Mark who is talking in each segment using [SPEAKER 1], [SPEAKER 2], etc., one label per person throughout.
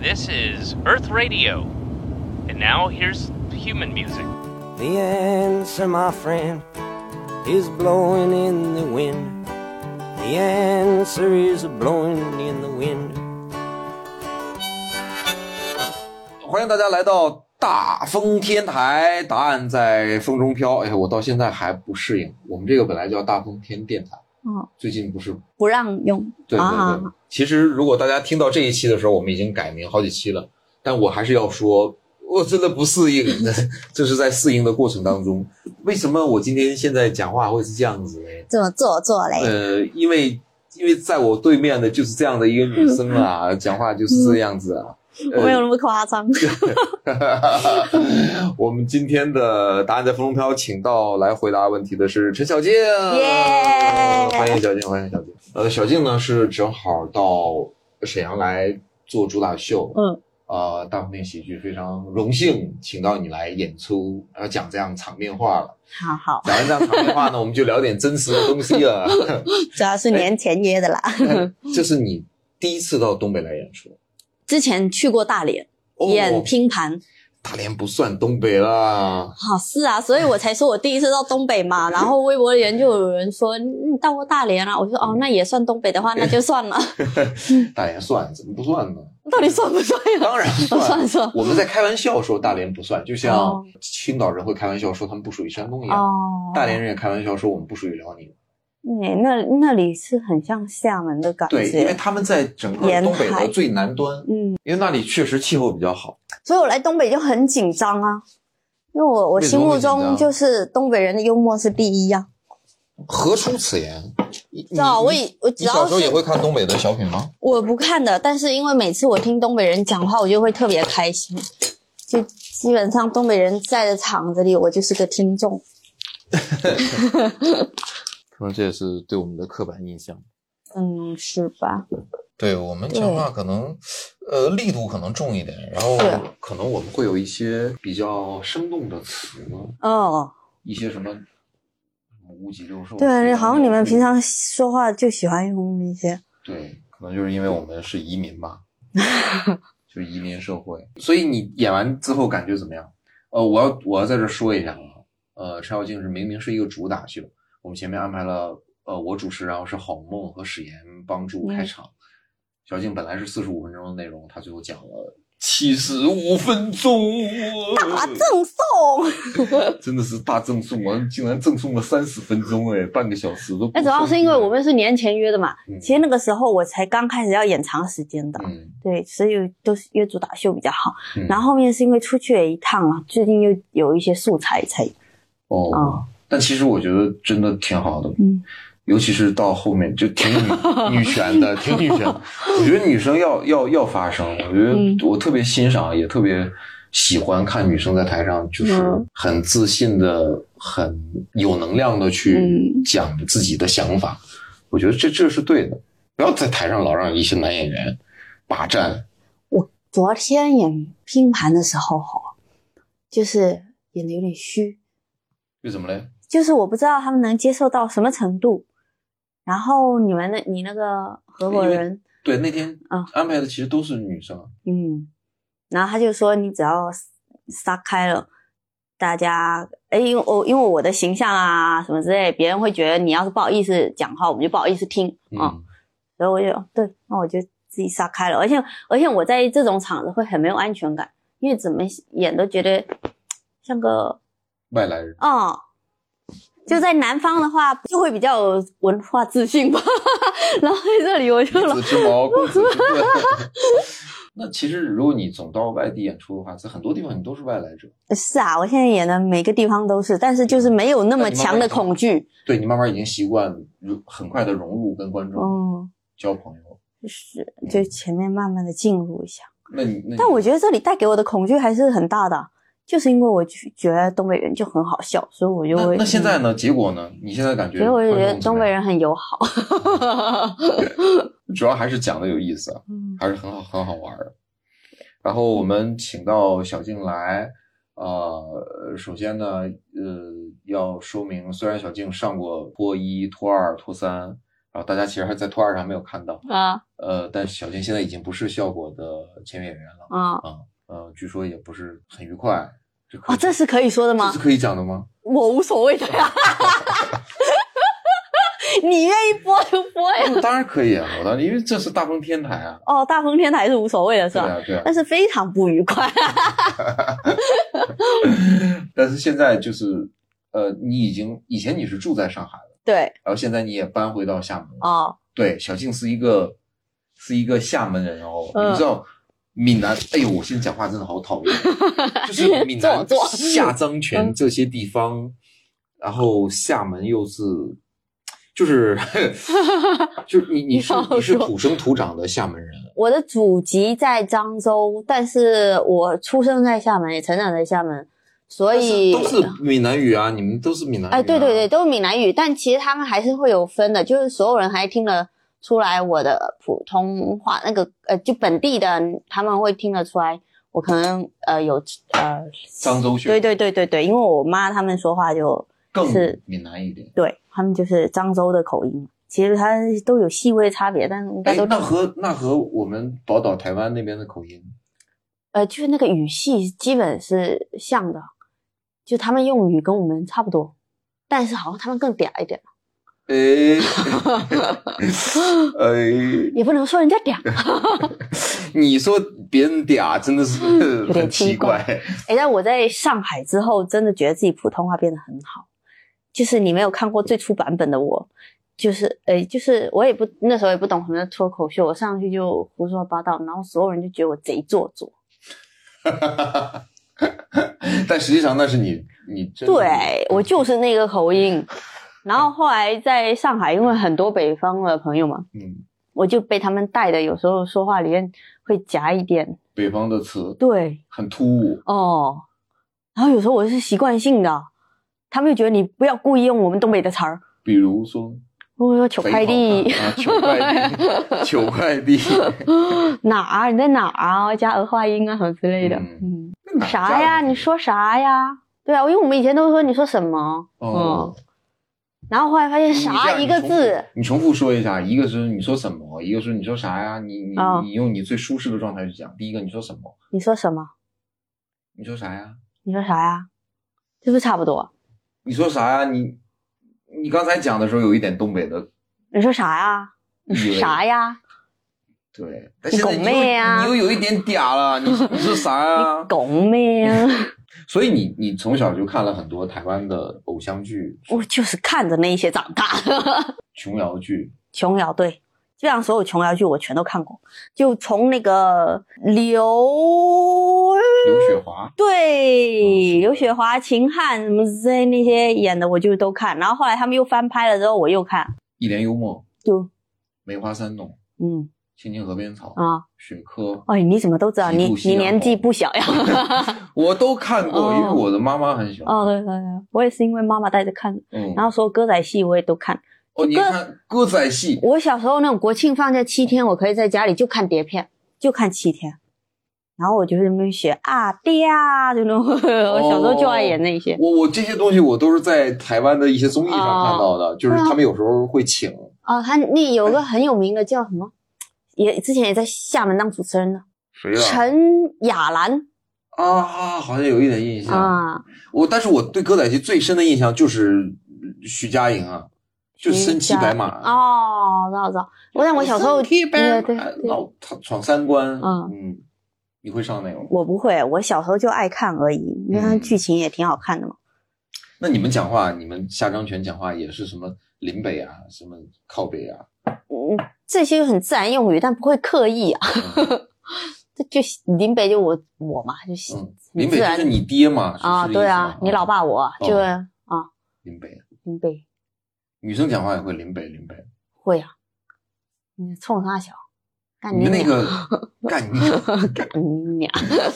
[SPEAKER 1] This is Earth Radio. And now here's human music.
[SPEAKER 2] The answer, my friend, is blowing in the wind. The answer is blowing in the wind.
[SPEAKER 3] 欢迎大家来到大风天台，答案在风中飘。哎，我到现在还不适应，我们这个本来叫大风天电台，
[SPEAKER 4] 哦，
[SPEAKER 3] 最近不是
[SPEAKER 4] 不让用
[SPEAKER 3] 对对对。
[SPEAKER 4] 啊，
[SPEAKER 3] 其实如果大家听到这一期的时候，我们已经改名好几期了，但我还是要说，我真的不适应， 这是在适应的过程当中。为什么我今天现在讲话会是这样子呢？
[SPEAKER 4] 这么做作嘞？
[SPEAKER 3] 呃，因为因为在我对面的就是这样的一个女生啊，讲话就是这样子啊。
[SPEAKER 4] 嗯 我没有那么 夸张，
[SPEAKER 3] 我们今天的答案在风中飘，请到来回答问题的是陈小静，
[SPEAKER 4] 耶
[SPEAKER 3] 欢迎小静，欢迎小静。呃，小静呢是正好到沈阳来做主打秀，
[SPEAKER 4] 嗯，
[SPEAKER 3] 呃，大风天喜剧非常荣幸请到你来演出，然后讲这样场面话了。
[SPEAKER 4] 好好，
[SPEAKER 3] 讲完这样场面话呢，我们就聊点真实的东西了。
[SPEAKER 4] 主要是年前约的啦，
[SPEAKER 3] 哎这是你第一次到东北来演出，
[SPEAKER 4] 之前去过大连
[SPEAKER 3] 哦
[SPEAKER 4] 演拼盘，
[SPEAKER 3] 大连不算东北啦，
[SPEAKER 4] 好是啊，所以我才说我第一次到东 北嘛。然后微博里人就有人说你到过大连啊，我就说
[SPEAKER 3] 嗯
[SPEAKER 4] 哦，那也算东北的话，那就算 了，
[SPEAKER 3] 大连算怎么不算呢？
[SPEAKER 4] 到底算不算呀？
[SPEAKER 3] 当然
[SPEAKER 4] 我算
[SPEAKER 3] 算。
[SPEAKER 4] 算
[SPEAKER 3] 我们在开玩笑说大连不算，就像
[SPEAKER 4] 哦
[SPEAKER 3] 青岛人会开玩笑说他们不属于山东一样，
[SPEAKER 4] 哦，
[SPEAKER 3] 大连人也开玩笑说我们不属于辽宁。
[SPEAKER 4] 哎，那那里是很像厦门的感
[SPEAKER 3] 对，因为
[SPEAKER 4] 觉，
[SPEAKER 3] 他们在整个
[SPEAKER 4] 沿
[SPEAKER 3] 东北
[SPEAKER 4] 海
[SPEAKER 3] 的最南端，
[SPEAKER 4] 嗯，
[SPEAKER 3] 因为那里确实气候比较好。
[SPEAKER 4] 所以我来东北就很紧张啊，因为我我
[SPEAKER 3] 为什
[SPEAKER 4] 心
[SPEAKER 3] 么会
[SPEAKER 4] 目
[SPEAKER 3] 紧张
[SPEAKER 4] 中就是东北人的幽默是第一啊呀、
[SPEAKER 3] 何出此言？你
[SPEAKER 4] 知道，
[SPEAKER 3] 你
[SPEAKER 4] 我以我只
[SPEAKER 3] 你
[SPEAKER 4] 要
[SPEAKER 3] 小时候也
[SPEAKER 4] 是
[SPEAKER 3] 会看东北的小品吗？
[SPEAKER 4] 我不看的，但是因为每次我听东北人讲话，我就会特别开心。就基本上东北人在的场子里，我就是个听众。
[SPEAKER 5] 可能这也是对我们的刻板印象。
[SPEAKER 4] 嗯，是吧？
[SPEAKER 3] 对我们
[SPEAKER 4] 讲话
[SPEAKER 3] 可能，呃，力度可能重一点，然后
[SPEAKER 4] 是
[SPEAKER 3] 可能我们会有一些比较生动的词呢，
[SPEAKER 4] 哦，
[SPEAKER 3] 一些什么五脊六兽。
[SPEAKER 4] 对，啊好像你们平常说话就喜欢用那些。
[SPEAKER 3] 对，可能就是因为我们是移民吧，就是移民社会。所以你演完之后感觉怎么样？呃，我要我要在这说一下啊，呃，陈小静是明明是一个主打秀，我们前面安排了呃我主持，然后是郝梦和史岩帮助
[SPEAKER 4] 嗯
[SPEAKER 3] 开场。小静本来是四十五分钟的内容，她最后讲了七十五分 钟，嗯
[SPEAKER 4] 大啊赠送。
[SPEAKER 3] 真的是大赠送啊！竟然赠送了三十分钟，哎，半个小时都不
[SPEAKER 4] 那主要是因为我们是年前约的嘛，
[SPEAKER 3] 嗯
[SPEAKER 4] 其实那个时候我才刚开始要演长时间的，
[SPEAKER 3] 嗯，
[SPEAKER 4] 对，所以都是约主打秀比较好。
[SPEAKER 3] 嗯
[SPEAKER 4] 然后后面是因为出去了一趟啊，最近又有一些素材才
[SPEAKER 3] 哦，
[SPEAKER 4] 哦
[SPEAKER 3] 但其实我觉得真的挺好的，
[SPEAKER 4] 嗯，
[SPEAKER 3] 尤其是到后面就挺 女女权的，挺女权的。我觉得女生要要要发声，我觉
[SPEAKER 4] 嗯
[SPEAKER 3] 得我特别欣赏，也特别喜欢看女生在台上就是
[SPEAKER 4] 嗯
[SPEAKER 3] 很自信的、很有能量的去
[SPEAKER 4] 嗯
[SPEAKER 3] 讲自己的想法。我觉得这这是对的，不要在台上老让一些男演员霸占。
[SPEAKER 4] 昨天演拼盘的时候吼，就是演的有点虚，
[SPEAKER 3] 为什么嘞？
[SPEAKER 4] 就是我不知道他们能接受到什么程度。然后你们那，你那个合伙人，
[SPEAKER 3] 对，那天
[SPEAKER 4] 啊
[SPEAKER 3] 安排的其实都是女生。
[SPEAKER 4] 嗯，然后他就说你只要撒开了，大家，哎，因为我因为我的形象啊什么之类，别人会觉得你要是不好意思讲话，我们就不好意思听啊。
[SPEAKER 3] 嗯
[SPEAKER 4] 所以我就对，那我就自己撒开了。而且而且我在这种场子会很没有安全感，因为怎么演都觉得像个
[SPEAKER 3] 外来人，
[SPEAKER 4] 哦。就在南方的话，就会比较有文化自信吧。 然后在这里我就
[SPEAKER 3] 子之 矛，公子之盾。 那其实，如果你总到外地演出的话，在很多地方你都是外来者。
[SPEAKER 4] 是啊，我现在演的每个地方都是，但是就是没有那么强的恐惧。
[SPEAKER 3] 对你慢慢已经习惯，如很快的融入跟观众
[SPEAKER 4] 嗯，
[SPEAKER 3] 交朋友。
[SPEAKER 4] 就是
[SPEAKER 3] 嗯
[SPEAKER 4] 就前面慢慢的进入一下。
[SPEAKER 3] 那你，那你
[SPEAKER 4] 但我觉得这里带给我的恐惧还是很大的，就是因为我就觉得东北人就很好笑，所以我就
[SPEAKER 3] 那
[SPEAKER 4] 会。
[SPEAKER 3] 那现在呢？结果呢？你现在感觉？
[SPEAKER 4] 所以我就觉得东北，人很友好。
[SPEAKER 3] 主要还是讲的有意思啊，还是很好，很好玩儿。然后我们请到小静来，呃，首先呢，呃，要说明，虽然小静上过脱一、脱二、脱三，然后大家其实还在托二上没有看到，
[SPEAKER 4] 啊
[SPEAKER 3] 呃，但小静现在已经不是效果的前演员了，
[SPEAKER 4] 啊
[SPEAKER 3] 呃，据说也不是很愉快。这可以
[SPEAKER 4] 哦，这是可以说的吗
[SPEAKER 3] 这是？可以讲的吗？
[SPEAKER 4] 我无所谓的呀， 你愿意播就播呀。
[SPEAKER 3] 当然可以啊，我当因为这是大风天台啊，
[SPEAKER 4] 哦，大风天台是无所谓的是
[SPEAKER 3] 对
[SPEAKER 4] 吧？
[SPEAKER 3] 啊对啊。
[SPEAKER 4] 但是非常不愉快。
[SPEAKER 3] 但是现在就是，呃，你已经以前你是住在上海了，
[SPEAKER 4] 对，
[SPEAKER 3] 然后现在你也搬回到厦门了。
[SPEAKER 4] 哦，
[SPEAKER 3] 对，小静是一个是一个厦门人哦，
[SPEAKER 4] 嗯
[SPEAKER 3] 你知道闽南？哎呦，我现在讲话真的好讨 厌，就是闽南
[SPEAKER 4] 坐坐
[SPEAKER 3] 下漳泉
[SPEAKER 4] 嗯
[SPEAKER 3] 这些地方，然后厦门又是。就是 就是你你是
[SPEAKER 4] 你好好
[SPEAKER 3] 你是
[SPEAKER 4] 说
[SPEAKER 3] 土生土长的厦门人，
[SPEAKER 4] 我的祖籍在漳州，但是我出生在厦门，也成长在厦门，所以
[SPEAKER 3] 都是闽南语啊，你们都是闽南语、啊。
[SPEAKER 4] 哎，对对对，，都是闽南语，但其实他们还是会有分的，就是所有人还听得出来我的普通话，那个呃，就本地的他们会听得出来，我可能呃有呃，
[SPEAKER 3] 漳州血
[SPEAKER 4] 对对对对对，因为我妈他们说话就
[SPEAKER 3] 更
[SPEAKER 4] 是
[SPEAKER 3] 闽南一点。
[SPEAKER 4] 对他们就是漳州的口音，其实它都有细微的差别，但应该
[SPEAKER 3] 哎
[SPEAKER 4] 都，
[SPEAKER 3] 那和那和我们宝岛台湾那边的 口音，
[SPEAKER 4] 呃，就是那个语系基本是像的，就他们用语跟我们差不多，但是好像他们更嗲一点，
[SPEAKER 3] 哎， 哎，
[SPEAKER 4] 也不能说人家嗲，
[SPEAKER 3] 你说别人嗲真的是
[SPEAKER 4] 嗯有点
[SPEAKER 3] 很奇
[SPEAKER 4] 奇怪
[SPEAKER 3] 怪。
[SPEAKER 4] 哎，但我在上海之后，真的觉得自己普通话变得很好。就是你没有看过最初版本的我，就是哎，就是我也不那时候也不懂什么叫脱口秀，我上去就胡说八道，然后所有人就觉得我贼做作。
[SPEAKER 3] 但实际上那是你你真的
[SPEAKER 4] 对我就是那个 口音。然后后来在上海，因为很多北方的朋友嘛，
[SPEAKER 3] 嗯，
[SPEAKER 4] 我就被他们带的，有时候说话里面会夹一点。
[SPEAKER 3] 北方的词
[SPEAKER 4] 对，
[SPEAKER 3] 很突兀，
[SPEAKER 4] 哦，然后有时候我是习惯性的，他们就觉得你不要故意用我们东北的词儿。
[SPEAKER 3] 比如说
[SPEAKER 4] 我说哦求
[SPEAKER 3] 肥
[SPEAKER 4] 快递
[SPEAKER 3] 头，啊，求快 递，求快递，嗯
[SPEAKER 4] 哪儿？你在哪儿啊？加儿化音啊，什么之类的。嗯，
[SPEAKER 3] 那
[SPEAKER 4] 啥呀？你说啥呀？对啊，因为我们以前都说你说什么，
[SPEAKER 3] 哦，
[SPEAKER 4] 然后后来发现嗯啥一个字，
[SPEAKER 3] 你重复说一下，一个是你说什么，一个是你说啥呀？你你
[SPEAKER 4] 啊
[SPEAKER 3] 你用你最舒适的状态去讲。第一个你说什么？
[SPEAKER 4] 你说什么？
[SPEAKER 3] 你说啥呀？
[SPEAKER 4] 你说啥呀？这不是差不多？
[SPEAKER 3] 你说啥呀？你你刚才讲的时候有一点东北的
[SPEAKER 4] 你说啥呀？你
[SPEAKER 3] 意
[SPEAKER 4] 说
[SPEAKER 3] 味，
[SPEAKER 4] 啥呀？
[SPEAKER 3] 对，但现在
[SPEAKER 4] 你
[SPEAKER 3] 你
[SPEAKER 4] 狗妹啊
[SPEAKER 3] 又你又有一点嗲了，你你说啥呀
[SPEAKER 4] 你？拱妹呀！
[SPEAKER 3] 所以你你从小就看了很多台湾的偶像剧、
[SPEAKER 4] 我就是看着那一些长大 的
[SPEAKER 3] 琼瑶剧，
[SPEAKER 4] 琼瑶，对，基本上所有琼瑶剧我全都看过，就从那个刘
[SPEAKER 3] 刘雪华，
[SPEAKER 4] 对，
[SPEAKER 3] 嗯
[SPEAKER 4] 刘雪华、秦汉什么之类那些演的，我就都看。然后后来他们又翻拍了之后，我又看，
[SPEAKER 3] 一帘幽梦，
[SPEAKER 4] 就
[SPEAKER 3] 梅花三弄，
[SPEAKER 4] 嗯
[SPEAKER 3] 青青河边草，
[SPEAKER 4] 啊，
[SPEAKER 3] 雪珂，
[SPEAKER 4] 哎，你怎么都知道？
[SPEAKER 3] 一
[SPEAKER 4] 你
[SPEAKER 3] 路夕
[SPEAKER 4] 你
[SPEAKER 3] 阳
[SPEAKER 4] 年纪不哦 小呀？
[SPEAKER 3] 啊 我都看过，
[SPEAKER 4] 哦
[SPEAKER 3] 因为我的妈妈很喜欢。
[SPEAKER 4] 哦，对对对，我也是因为妈妈带着看，
[SPEAKER 3] 嗯，
[SPEAKER 4] 然后所有歌仔戏我也都看。
[SPEAKER 3] 哦，你看歌仔戏，
[SPEAKER 4] 我小时候那种国庆放假七天，我可以在家里就看碟片，就看七天。然后我就是那边学啊嗲，就那种， 我小时候就爱演那些。
[SPEAKER 3] 我我这些东西我都是在台湾的一些综艺上看到的，就是
[SPEAKER 4] 啊
[SPEAKER 3] 他们有时候会请
[SPEAKER 4] 哦，他那有个很有名的叫什么，也之前也在厦门当主持人的
[SPEAKER 3] 谁
[SPEAKER 4] 陈雅兰
[SPEAKER 3] 啊，好像有一点印象。
[SPEAKER 4] 啊，
[SPEAKER 3] 我但是我对歌仔戏最深的印象就是徐佳莹啊，就是身骑白马。
[SPEAKER 4] 哦，知道知道。我想我小时候，
[SPEAKER 3] 身骑白马
[SPEAKER 4] 对对对
[SPEAKER 3] 呃老闯闯三关，
[SPEAKER 4] 嗯
[SPEAKER 3] 嗯，你会上那个吗？
[SPEAKER 4] 我不会，我小时候就爱看而已，因为它
[SPEAKER 3] 嗯
[SPEAKER 4] 剧情也挺好看的嘛。
[SPEAKER 3] 那你们讲话，你们下张泉讲话也是什么林北啊，什么靠北 啊，
[SPEAKER 4] 嗯，这些很自然用语，但不会刻意啊。
[SPEAKER 3] 嗯
[SPEAKER 4] 这就林北就我我嘛，就是
[SPEAKER 3] 嗯，
[SPEAKER 4] 很
[SPEAKER 3] 林
[SPEAKER 4] 自
[SPEAKER 3] 北
[SPEAKER 4] 然
[SPEAKER 3] 就是你爹嘛
[SPEAKER 4] 啊，对啊，你老
[SPEAKER 3] 爸
[SPEAKER 4] 爸我就啊
[SPEAKER 3] 哦林北，
[SPEAKER 4] 林北
[SPEAKER 3] 女生讲话也会林北林北。
[SPEAKER 4] 会啊，你冲他小，干
[SPEAKER 3] 你
[SPEAKER 4] 你
[SPEAKER 3] 们那
[SPEAKER 4] 娘，
[SPEAKER 3] 个 干你娘，
[SPEAKER 4] 干 你娘！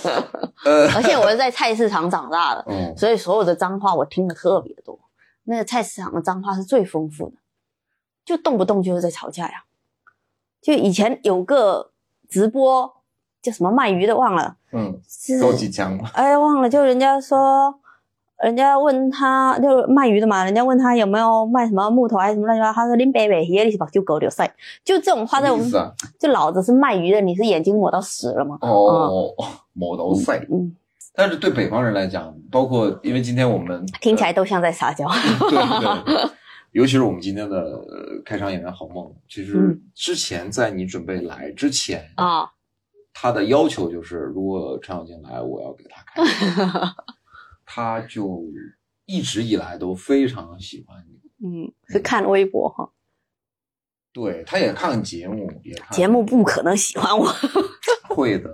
[SPEAKER 3] 呃，
[SPEAKER 4] 而且我是在菜市场长大的，
[SPEAKER 3] 嗯，
[SPEAKER 4] 所以所有的脏话我听的特别多。那个菜市场的脏话是最丰富的，就动不动就是在吵架呀。就以前有个直播叫什么卖鱼的忘了，
[SPEAKER 3] 嗯，
[SPEAKER 4] 是
[SPEAKER 3] 高启强嘛，
[SPEAKER 4] 哎忘了，就人家说人家问他就是卖鱼的嘛，人家问他有没有卖什么木头还是什么乱七八糟，他说林北北爷你是把就狗留塞，就这种话在我
[SPEAKER 3] 什么
[SPEAKER 4] 们
[SPEAKER 3] 意思啊？
[SPEAKER 4] 就老子是卖鱼的，你是眼睛抹到屎了吗？
[SPEAKER 3] 哦，某头赛。
[SPEAKER 4] 嗯，
[SPEAKER 3] 但是对北方人来讲，包括因为今天我们
[SPEAKER 4] 听起来都像在撒 娇。
[SPEAKER 3] 对对对，尤其是我们今天的呃开场演员郝梦，其实
[SPEAKER 4] 嗯
[SPEAKER 3] 之前在你准备来之前，
[SPEAKER 4] 啊，
[SPEAKER 3] 他的要求就是，如果陈小静来，我要给他开。 他就一直以来都非常喜欢你，
[SPEAKER 4] 嗯，是看微博哈，
[SPEAKER 3] 对，他也看节目，也看
[SPEAKER 4] 节目不可能 喜欢我。
[SPEAKER 3] 会的。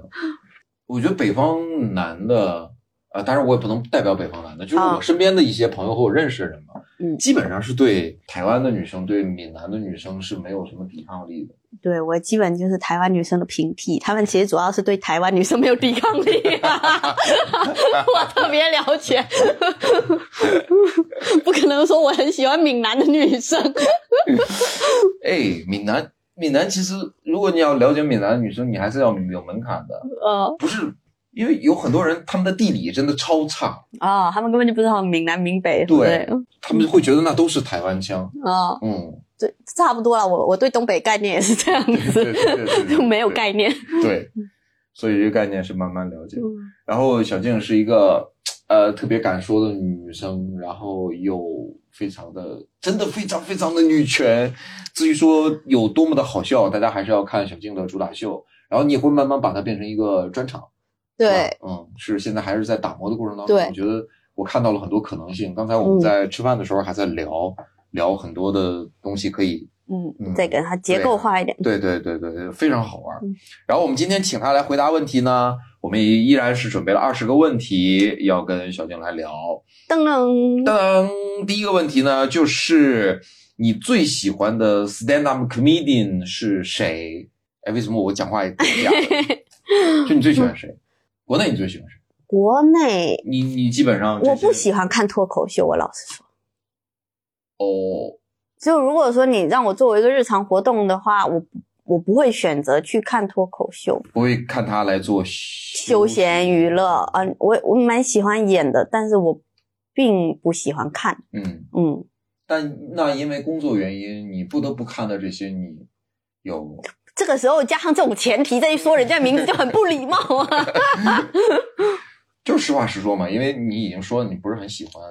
[SPEAKER 3] 我觉得北方男的，呃，当然我也不能代表北方男的，就是
[SPEAKER 4] 啊
[SPEAKER 3] 我身边的一些朋友和我认识的人吧，
[SPEAKER 4] 嗯
[SPEAKER 3] 基本上是对台湾的女生、对闽南的女生是没有什么抵抗力的。
[SPEAKER 4] 对我基本就是台湾女生的平替，她们其实主要是对台湾女生没有抵抗力、啊 我特别了解， 不可能说我很喜欢闽南的女生。
[SPEAKER 3] 哎，闽南，闽南其实如果你要了解闽南的女生，你还是要有门槛的，
[SPEAKER 4] 呃，
[SPEAKER 3] 不是因为有很多人他们的地理真的超差，
[SPEAKER 4] 啊、她们根本就不知道闽南闽北，不
[SPEAKER 3] 对他们会觉得那都是台湾腔。
[SPEAKER 4] 啊、
[SPEAKER 3] 嗯，
[SPEAKER 4] 对，差不多了。我我对东北概念也是这样
[SPEAKER 3] 对
[SPEAKER 4] 子，
[SPEAKER 3] 对对对，
[SPEAKER 4] 没有
[SPEAKER 3] 对
[SPEAKER 4] 概念。
[SPEAKER 3] 对，所以这个概念是慢慢了解。然后小静是一个呃特别敢说的女生，然后又非常的真的非常非常的女权。至于说有多么的好笑，大家还是要看小静的主打秀。然后你也会慢慢把它变成一个专场，
[SPEAKER 4] 对，
[SPEAKER 3] 是吧，嗯，是现在还是在打磨的过程当中，
[SPEAKER 4] 对
[SPEAKER 3] 我觉得我看到了很多可能性。刚才我们
[SPEAKER 4] 嗯
[SPEAKER 3] 在吃饭的时候还在聊、聊很多的东西，可以
[SPEAKER 4] 嗯，
[SPEAKER 3] 嗯
[SPEAKER 4] 再给它结
[SPEAKER 3] 对
[SPEAKER 4] 构
[SPEAKER 3] 啊
[SPEAKER 4] 化一点。
[SPEAKER 3] 对对对对，非常好玩
[SPEAKER 4] 嗯。
[SPEAKER 3] 然后我们今天请他来回答问题呢，我们依然是准备了二十个问题要跟小静来聊。
[SPEAKER 4] 噔噔，
[SPEAKER 3] 当第一个问题呢，就是你最喜欢的 stand up comedian 是谁？哎，为什么我讲话也不一样？ 就你最喜
[SPEAKER 4] 嗯
[SPEAKER 3] 欢谁？国内你最喜欢谁？
[SPEAKER 4] 国内
[SPEAKER 3] 你你基本上这
[SPEAKER 4] 我不
[SPEAKER 3] 些
[SPEAKER 4] 喜欢看脱口秀，我老实说。
[SPEAKER 3] 哦，
[SPEAKER 4] 就如果说你让我作为一个日常活动的话，我我不会选择去看脱口秀、
[SPEAKER 3] 不会看他来做休
[SPEAKER 4] 休闲娱乐。
[SPEAKER 3] 啊。
[SPEAKER 4] 嗯，我我蛮喜欢演的，但是我并不喜欢看。
[SPEAKER 3] 嗯，
[SPEAKER 4] 嗯，
[SPEAKER 3] 但那因为工作原因，你不得不看的这些，你有
[SPEAKER 4] 这个时候加上这种前提再去说人家名字就很不礼貌啊。
[SPEAKER 3] 就是实话实说嘛，因为你已经说你不是很喜欢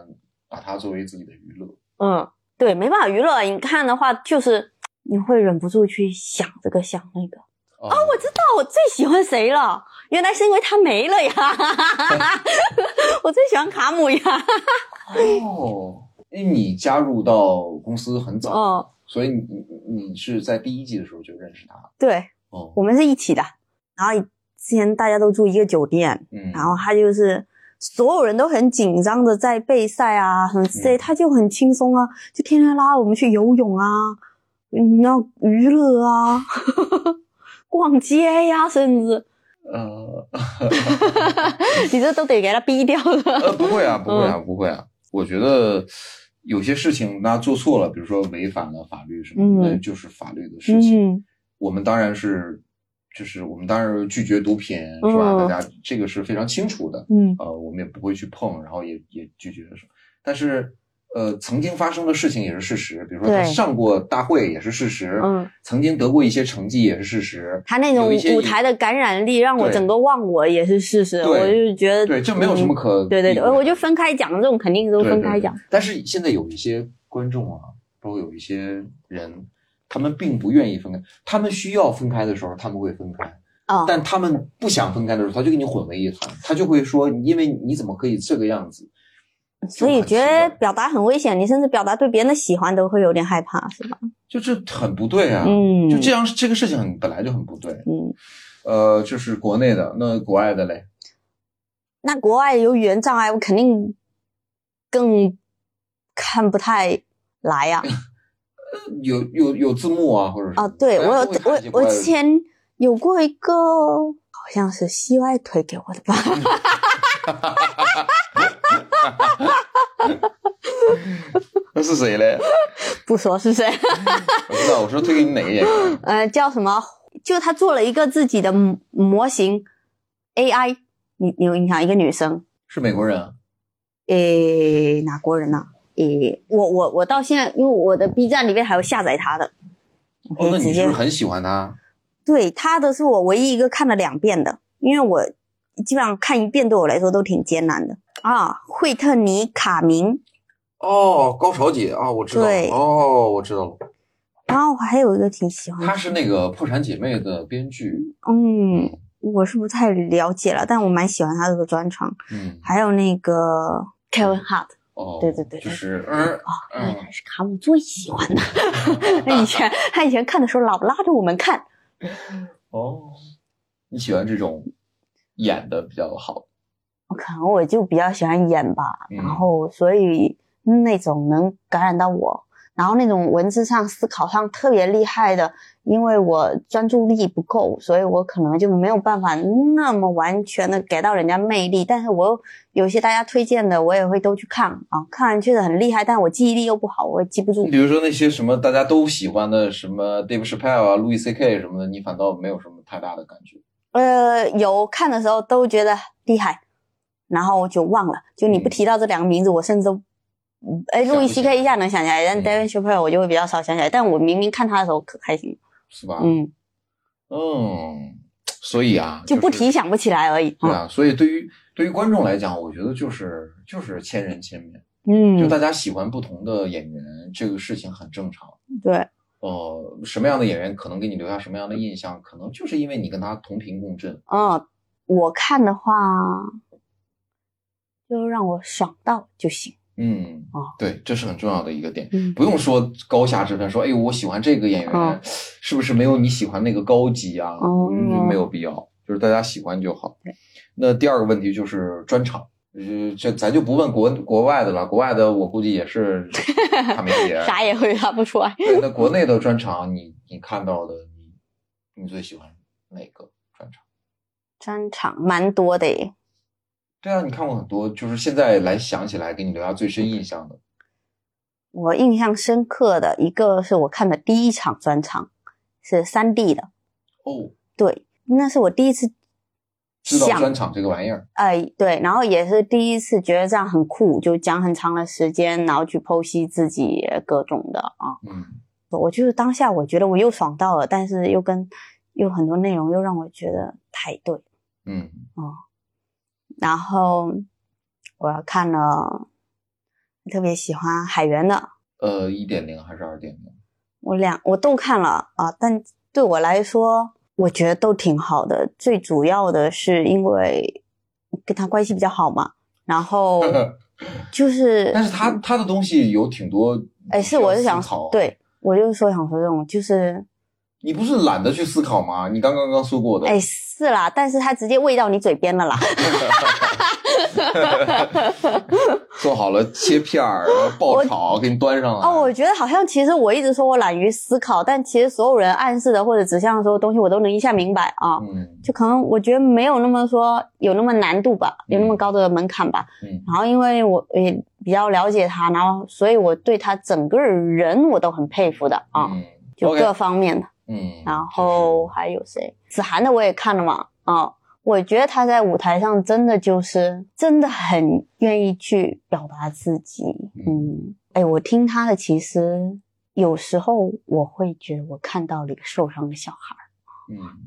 [SPEAKER 3] 把它作为自己的娱乐。
[SPEAKER 4] 嗯，对，没办法娱乐。你看的话，就是你会忍不住去想这个想那个。
[SPEAKER 3] 哦，
[SPEAKER 4] 我知道我最喜欢谁了，原来是因为他没了呀。 我最喜欢卡姆呀。
[SPEAKER 3] 哦，因为你加入到公司很早，
[SPEAKER 4] 嗯，
[SPEAKER 3] 所以你你你是在第一季的时候就认识他。
[SPEAKER 4] 对。
[SPEAKER 3] 哦，
[SPEAKER 4] 我们是一起的。然后之前大家都住一个酒店，
[SPEAKER 3] 嗯，
[SPEAKER 4] 然后他就是所有人都很紧张的在备赛啊什么之类，
[SPEAKER 3] 嗯
[SPEAKER 4] 他就很轻松啊，就天天拉我们去游泳啊，嗯，然后娱乐 啊，逛街呀、甚至
[SPEAKER 3] 呃
[SPEAKER 4] 你这都得给他逼掉
[SPEAKER 3] 呃，
[SPEAKER 4] 了。
[SPEAKER 3] 不会啊，不会啊，
[SPEAKER 4] 嗯
[SPEAKER 3] 不会啊，我觉得。有些事情那做错了，比如说违反了法律什么的，
[SPEAKER 4] 嗯
[SPEAKER 3] 那 就是法律的事情。
[SPEAKER 4] 嗯，
[SPEAKER 3] 我们当然是，就是我们当然是拒绝毒品，是吧？
[SPEAKER 4] 嗯
[SPEAKER 3] 大家这个是非常清楚的。
[SPEAKER 4] 嗯，
[SPEAKER 3] 呃，我们也不会去碰，然后也也拒绝说。但是，呃，曾经发生的事情也是事实，比如说他
[SPEAKER 4] 对
[SPEAKER 3] 上过大会也是事实，
[SPEAKER 4] 嗯，
[SPEAKER 3] 曾经得过一些成绩也是事实。
[SPEAKER 4] 他那种
[SPEAKER 3] 有一些
[SPEAKER 4] 舞台的感染力让我
[SPEAKER 3] 对
[SPEAKER 4] 整个忘我也是事实，
[SPEAKER 3] 对
[SPEAKER 4] 我就觉得
[SPEAKER 3] 对，这没有什么
[SPEAKER 4] 嗯
[SPEAKER 3] 可、
[SPEAKER 4] 对对对，我就分开讲，这种肯定都
[SPEAKER 3] 对对
[SPEAKER 4] 分开
[SPEAKER 3] 对
[SPEAKER 4] 讲。
[SPEAKER 3] 但是现在有一些观众啊，包括有一些人，他们并不愿意分开，他们需要分开的时候他们会分开，
[SPEAKER 4] 啊。
[SPEAKER 3] 但他们不想分开的时候，他就跟你混为一谈，他就会说，因为你怎么可以这个样子？
[SPEAKER 4] 所
[SPEAKER 3] 就
[SPEAKER 4] 以
[SPEAKER 3] 很奇
[SPEAKER 4] 觉得
[SPEAKER 3] 怪
[SPEAKER 4] 表达很危险，你甚至表达对别人的喜欢都会有点害怕，是吧？
[SPEAKER 3] 就这很不对啊，
[SPEAKER 4] 嗯
[SPEAKER 3] 就这样，这个事情很本来就很不对。
[SPEAKER 4] 嗯，
[SPEAKER 3] 呃，就是国内的，那国外的嘞？
[SPEAKER 4] 那国外有语言障碍，我肯定更看不太来 呀、
[SPEAKER 3] 有有有字幕啊，或者是
[SPEAKER 4] 啊。对我有我我之前有过一个，好像是西外推给我的吧，
[SPEAKER 3] 嗯那是谁嘞？
[SPEAKER 4] 不说 是谁，
[SPEAKER 3] 我知道，我说推给你哪个演员？
[SPEAKER 4] 呃，叫什么？就他做了一个自己的模模型 AI，你你有印象？一个女生，
[SPEAKER 3] 是美国人啊？
[SPEAKER 4] 诶，哪国人呐、诶，我我我到现在，因为我的 B 站里面还有下载他的，我
[SPEAKER 3] 哦，那
[SPEAKER 4] 可以直
[SPEAKER 3] 你是
[SPEAKER 4] 接
[SPEAKER 3] 不是很喜欢他？
[SPEAKER 4] 对他的是我唯一一个看了两遍的，因为我基本上看一遍对我来说都挺艰难的啊。惠特尼·卡明，
[SPEAKER 3] 哦，高潮姐啊、我知道了
[SPEAKER 4] 对。
[SPEAKER 3] 哦，我知道了，
[SPEAKER 4] 然后我还有一个挺喜欢的
[SPEAKER 3] 她，是那个《破产姐妹》的编剧。
[SPEAKER 4] 嗯，我是不太了解了，但我蛮喜欢他的专场，
[SPEAKER 3] 嗯，
[SPEAKER 4] 还有那个 Kevin Hart，
[SPEAKER 3] 哦，
[SPEAKER 4] 对对对
[SPEAKER 3] 就是嗯
[SPEAKER 4] 哎
[SPEAKER 3] 嗯，
[SPEAKER 4] 他是卡姆最喜欢的。 他以前他以前看的时候老拉着我们看，
[SPEAKER 3] 哦，你喜欢这种演的比较好。
[SPEAKER 4] 可能我就比较喜欢演吧，
[SPEAKER 3] 嗯
[SPEAKER 4] 然后所以那种能感染到我，然后那种文字上思考上特别厉害的，因为我专注力不够，所以我可能就没有办法那么完全的给到人家魅力。但是我又有些大家推荐的，我也会都去看啊，看完确实很厉害，但我记忆力又不好，我也记不住
[SPEAKER 3] 你。比如说那些什么大家都喜欢的，什么 Dave Chappelle 啊、Louis C.K. 什么的，你反倒没有什么太大的感觉。
[SPEAKER 4] 呃，有看的时候都觉得厉害，然后我就忘了。就你
[SPEAKER 3] 嗯
[SPEAKER 4] 不提到这两个名字，我甚至都，嗯哎，
[SPEAKER 3] 想
[SPEAKER 4] 路
[SPEAKER 3] 不
[SPEAKER 4] 易斯
[SPEAKER 3] 起
[SPEAKER 4] K 一下能想起来，但
[SPEAKER 3] 嗯
[SPEAKER 4] David Chappelle 我就会比较少想起来。但我明明看他的时候可开心，
[SPEAKER 3] 是吧？
[SPEAKER 4] 嗯，
[SPEAKER 3] 嗯，所以啊，
[SPEAKER 4] 就不
[SPEAKER 3] 是
[SPEAKER 4] 提想不起来而已。
[SPEAKER 3] 对啊，所以对于对于观众来讲，我觉得就是就是千人千面，就
[SPEAKER 4] 嗯，
[SPEAKER 3] 大家喜欢不同的演员，这个事情很正常。
[SPEAKER 4] 对，
[SPEAKER 3] 呃，什么样的演员可能给你留下什么样的印象，可能就是因为你跟他同频共振。
[SPEAKER 4] 嗯，我看的话，就让我爽到就行。
[SPEAKER 3] 嗯
[SPEAKER 4] 哦，
[SPEAKER 3] 对，这是很重要的一个点。
[SPEAKER 4] 嗯
[SPEAKER 3] 不用说高下之分，说哎，我喜欢这个演员，
[SPEAKER 4] 哦
[SPEAKER 3] 是不是没有你喜欢那个高级啊？
[SPEAKER 4] 哦
[SPEAKER 3] 我觉得没有必要，就是大家喜欢就好。那第二个问题就是专场，呃，这咱就不问国国外的了，国外的我估计也 是卡梅姐。
[SPEAKER 4] 啥也回答不出来。
[SPEAKER 3] 对，那国内的专场，你你看到的，你你最喜欢哪个专场？
[SPEAKER 4] 专场蛮多的耶，
[SPEAKER 3] 对啊，你看过很多，就是现在来想起来给你留下最深印象的，
[SPEAKER 4] 我印象深刻的一个是我看的第一场专场，是三 D 的。
[SPEAKER 3] 哦，
[SPEAKER 4] 对，那是我第一次
[SPEAKER 3] 知道专
[SPEAKER 4] 想，
[SPEAKER 3] 场这个玩意儿，
[SPEAKER 4] 哎，对，然后也是第一次觉得这样很酷，就讲很长的时间，然后去剖析自己各种的啊。
[SPEAKER 3] 嗯。
[SPEAKER 4] 我就是当下我觉得我又爽到了，但是又跟又很多内容又让我觉得太对。
[SPEAKER 3] 嗯，
[SPEAKER 4] 然后我看了，特别喜欢海源的，
[SPEAKER 3] 呃，一点零还是二点零？
[SPEAKER 4] 我两我都看了啊，但对我来说，我觉得都挺好的。最主要的是因为跟他关系比较好嘛，然后就是，
[SPEAKER 3] 但是他他的东西有挺多，
[SPEAKER 4] 嗯哎，是我是想，
[SPEAKER 3] 啊
[SPEAKER 4] 对我就是说想说这种就是，
[SPEAKER 3] 你不是懒得去思考吗？你刚刚刚说过的，
[SPEAKER 4] 哎，是啦，但是他直接喂到你嘴边了啦。
[SPEAKER 3] 做好了切片儿，然后爆炒给你端上来。
[SPEAKER 4] 哦，我觉得好像其实我一直说我懒于思考，但其实所有人暗示的或者指向的所有东西，我都能一下明白啊。
[SPEAKER 3] 嗯
[SPEAKER 4] 就可能我觉得没有那么说有那么难度吧，有那么
[SPEAKER 3] 嗯
[SPEAKER 4] 高的门槛吧。
[SPEAKER 3] 嗯
[SPEAKER 4] 然后因为我也比较了解他，然后所以我对他整个人我都很佩服的啊，
[SPEAKER 3] 嗯
[SPEAKER 4] 就
[SPEAKER 3] OK
[SPEAKER 4] 各方面的。
[SPEAKER 3] 嗯，
[SPEAKER 4] 然后还有谁？子涵的我也看了嘛，啊，我觉得他在舞台上真的就是真的很愿意去表达自己。嗯，哎，我听他的其实。有时候我会觉得我看到了一个受伤的小孩儿，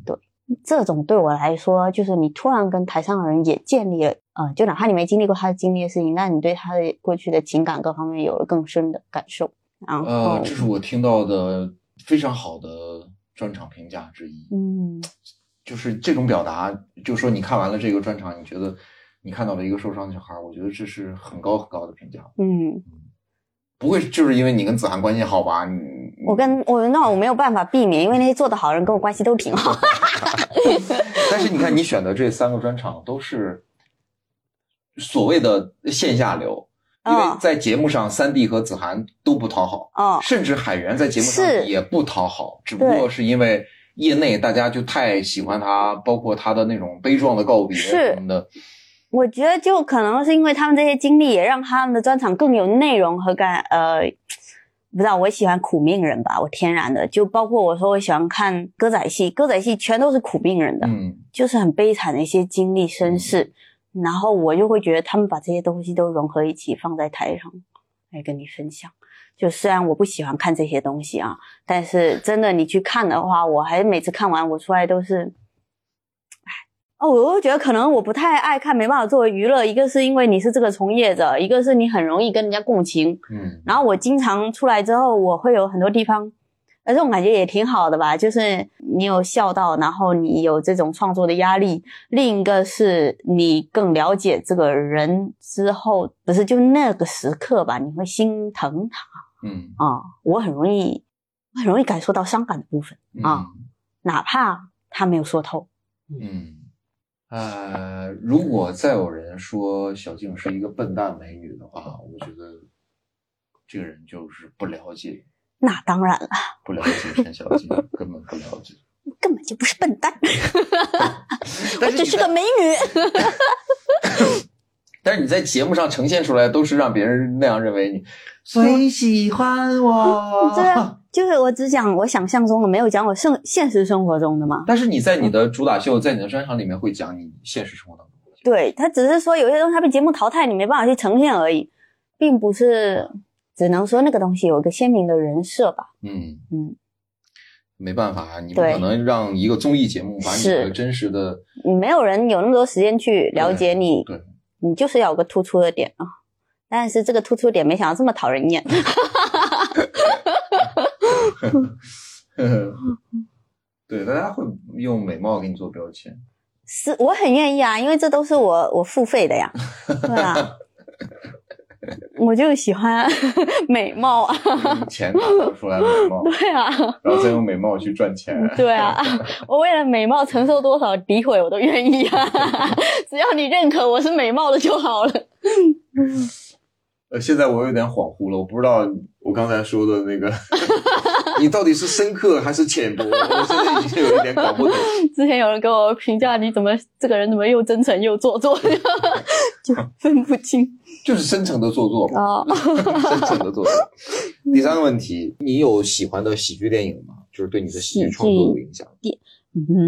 [SPEAKER 3] 就是嗯
[SPEAKER 4] 这种对我来说，就是你突然跟台上的人也建立了，呃，就哪怕你没经历过他的经历的事情，那你对他的过去的情感各方面有了更深的感受。然后，
[SPEAKER 3] 呃，这是我听到的非常好的专场评价之一。
[SPEAKER 4] 嗯，
[SPEAKER 3] 就是这种表达，就说你看完了这个专场，你觉得你看到了一个受伤的小孩儿，我觉得这是很高很高的评价。
[SPEAKER 4] 嗯，
[SPEAKER 3] 不会就是因为你跟子涵关系好吧？你
[SPEAKER 4] 我跟我那我没有办法避免，因为那些做得好的人跟我关系都挺好。
[SPEAKER 3] 但是你看，你选的这三个专场都是所谓的线下流，因
[SPEAKER 4] 嗯
[SPEAKER 3] 为在节目上，三弟和子涵都不讨好，
[SPEAKER 4] 哦，
[SPEAKER 3] 甚至海源在节目上
[SPEAKER 4] 是
[SPEAKER 3] 也不讨好，只不过是因为业内大家就太喜欢他，包括他的那种悲壮的告别
[SPEAKER 4] 是
[SPEAKER 3] 什么的。
[SPEAKER 4] 我觉得就可能是因为他们这些经历，也让他们的专场更有内容和感。呃，不知道我喜欢苦命人吧，我天然的就包括我说我喜欢看歌仔戏，歌仔戏全都是苦命人的。
[SPEAKER 3] 嗯
[SPEAKER 4] 就是很悲惨的一些经历身世，然后我就会觉得他们把这些东西都融合一起放在台上来跟你分享。就虽然我不喜欢看这些东西啊，但是真的你去看的话，我还每次看完我出来都是，哎，哦，我会觉得可能我不太爱看，没办法作为娱乐。一个是因为你是这个从业者，一个是你很容易跟人家共情。
[SPEAKER 3] 嗯，
[SPEAKER 4] 然后我经常出来之后，我会有很多地方，呃，这种感觉也挺好的吧，就是你有笑到，然后你有这种创作的压力。另一个是你更了解这个人之后，不是就那个时刻吧，你会心疼他
[SPEAKER 3] 嗯
[SPEAKER 4] 啊、我很容易，我很容易感受到伤感的部分，啊哪怕他没有说透。
[SPEAKER 3] 嗯，呃，如果再有人说小静是一个笨蛋美女的话，我觉得这个人就是不了解，
[SPEAKER 4] 那当然了，
[SPEAKER 3] 不了解陈小静，根本不了解。
[SPEAKER 4] 根本就不是笨蛋，我
[SPEAKER 3] 但是
[SPEAKER 4] 只
[SPEAKER 3] 你
[SPEAKER 4] 是
[SPEAKER 3] 在
[SPEAKER 4] 个 美女。
[SPEAKER 3] 但是你在节目上呈现出来，都是让别人那样认为你。谁喜欢我？
[SPEAKER 4] 对啊，就是我只讲我想象中的，没有讲我生现实生活中的嘛。
[SPEAKER 3] 但是你在你的主打秀，在你的专场里面会讲你现实生活当中的东西。
[SPEAKER 4] 对他只是说有些东西他被节目淘汰，你没办法去呈现而已，并不是只能说那个东西有一个鲜明的人设吧。
[SPEAKER 3] 嗯
[SPEAKER 4] 嗯，
[SPEAKER 3] 没办法，啊你不
[SPEAKER 4] 对
[SPEAKER 3] 可能让一个综艺节目把你的
[SPEAKER 4] 是
[SPEAKER 3] 真实的
[SPEAKER 4] 你没有人有那么多时间去了解你，
[SPEAKER 3] 对对
[SPEAKER 4] 你就是要有个突出的点啊。但是这个突出点没想到这么讨 人厌，
[SPEAKER 3] 呵呵 对，大家会用美貌给你做标 签。
[SPEAKER 4] 是我很愿意啊，因为这都是我我付 费的呀，对啊，我就喜欢 美貌啊，
[SPEAKER 3] 用钱打造出来的美貌，
[SPEAKER 4] 对啊，
[SPEAKER 3] 然后再用美貌去赚钱。
[SPEAKER 4] 对啊， 我为了美貌承受多少诋毁我都愿意啊， 只要你认可我是美貌的就好了。
[SPEAKER 3] 呃，现在我有点恍惚了，我不知道我刚才说的 那个，你到底是深刻还是浅薄？我现在已经有一点搞不懂。
[SPEAKER 4] 之前有人给我评价你怎么这个人怎么又真诚又做作， 就分不清
[SPEAKER 3] 就是深层的做作嘛，
[SPEAKER 4] 啊。
[SPEAKER 3] 深层的做作。第三个问题，你有喜欢的喜剧电影吗？就是对你的喜剧创作有影响。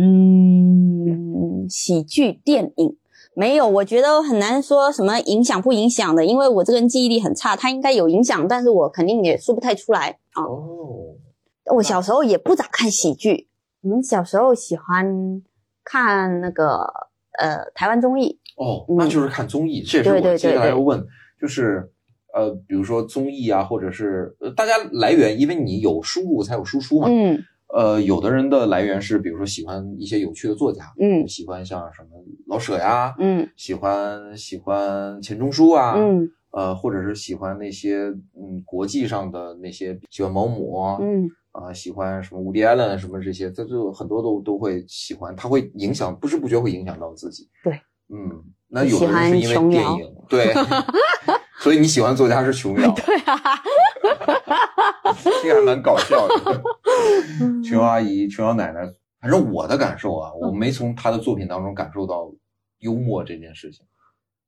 [SPEAKER 4] 嗯，喜剧电影没有，我觉得很难说什么影响不影响的，因为我这个人记忆力很差，它应该有影响，但是我肯定也说不太出来啊。
[SPEAKER 3] 哦，
[SPEAKER 4] 我小时候也不咋看喜剧，我们小时候喜欢看那个呃台湾综艺，
[SPEAKER 3] 哦，
[SPEAKER 4] 嗯
[SPEAKER 3] 那就是看综艺，这也是
[SPEAKER 4] 对对
[SPEAKER 3] 我接下来
[SPEAKER 4] 对对
[SPEAKER 3] 要问，就是呃，比如说综艺啊，或者是、呃、大家来源，因为你有输入才有输出嘛。
[SPEAKER 4] 嗯
[SPEAKER 3] 呃，有的人的来源是，比如说喜欢一些有趣的作家，
[SPEAKER 4] 嗯
[SPEAKER 3] 喜欢像什么老舍呀，
[SPEAKER 4] 嗯
[SPEAKER 3] 喜欢喜欢钱钟书啊，
[SPEAKER 4] 嗯
[SPEAKER 3] 呃，或者是喜欢那些嗯国际上的那些喜欢毛姆啊、
[SPEAKER 4] 嗯，
[SPEAKER 3] 啊喜欢什么伍迪·艾伦什么这些，他就很多都都会喜欢，他会影响，不知不觉会影响到自己。
[SPEAKER 4] 对，
[SPEAKER 3] 嗯，那有的人是
[SPEAKER 4] 喜欢
[SPEAKER 3] 因为
[SPEAKER 4] 琼
[SPEAKER 3] 电
[SPEAKER 4] 瑶
[SPEAKER 3] 影， 对，所以你喜欢作家是琼瑶，
[SPEAKER 4] 对啊，
[SPEAKER 3] 这个还蛮搞笑的。
[SPEAKER 4] 嗯
[SPEAKER 3] 琼瑶阿姨、琼瑶奶奶，反正我的感受啊，我没从她的作品当中感受到幽默这件事情。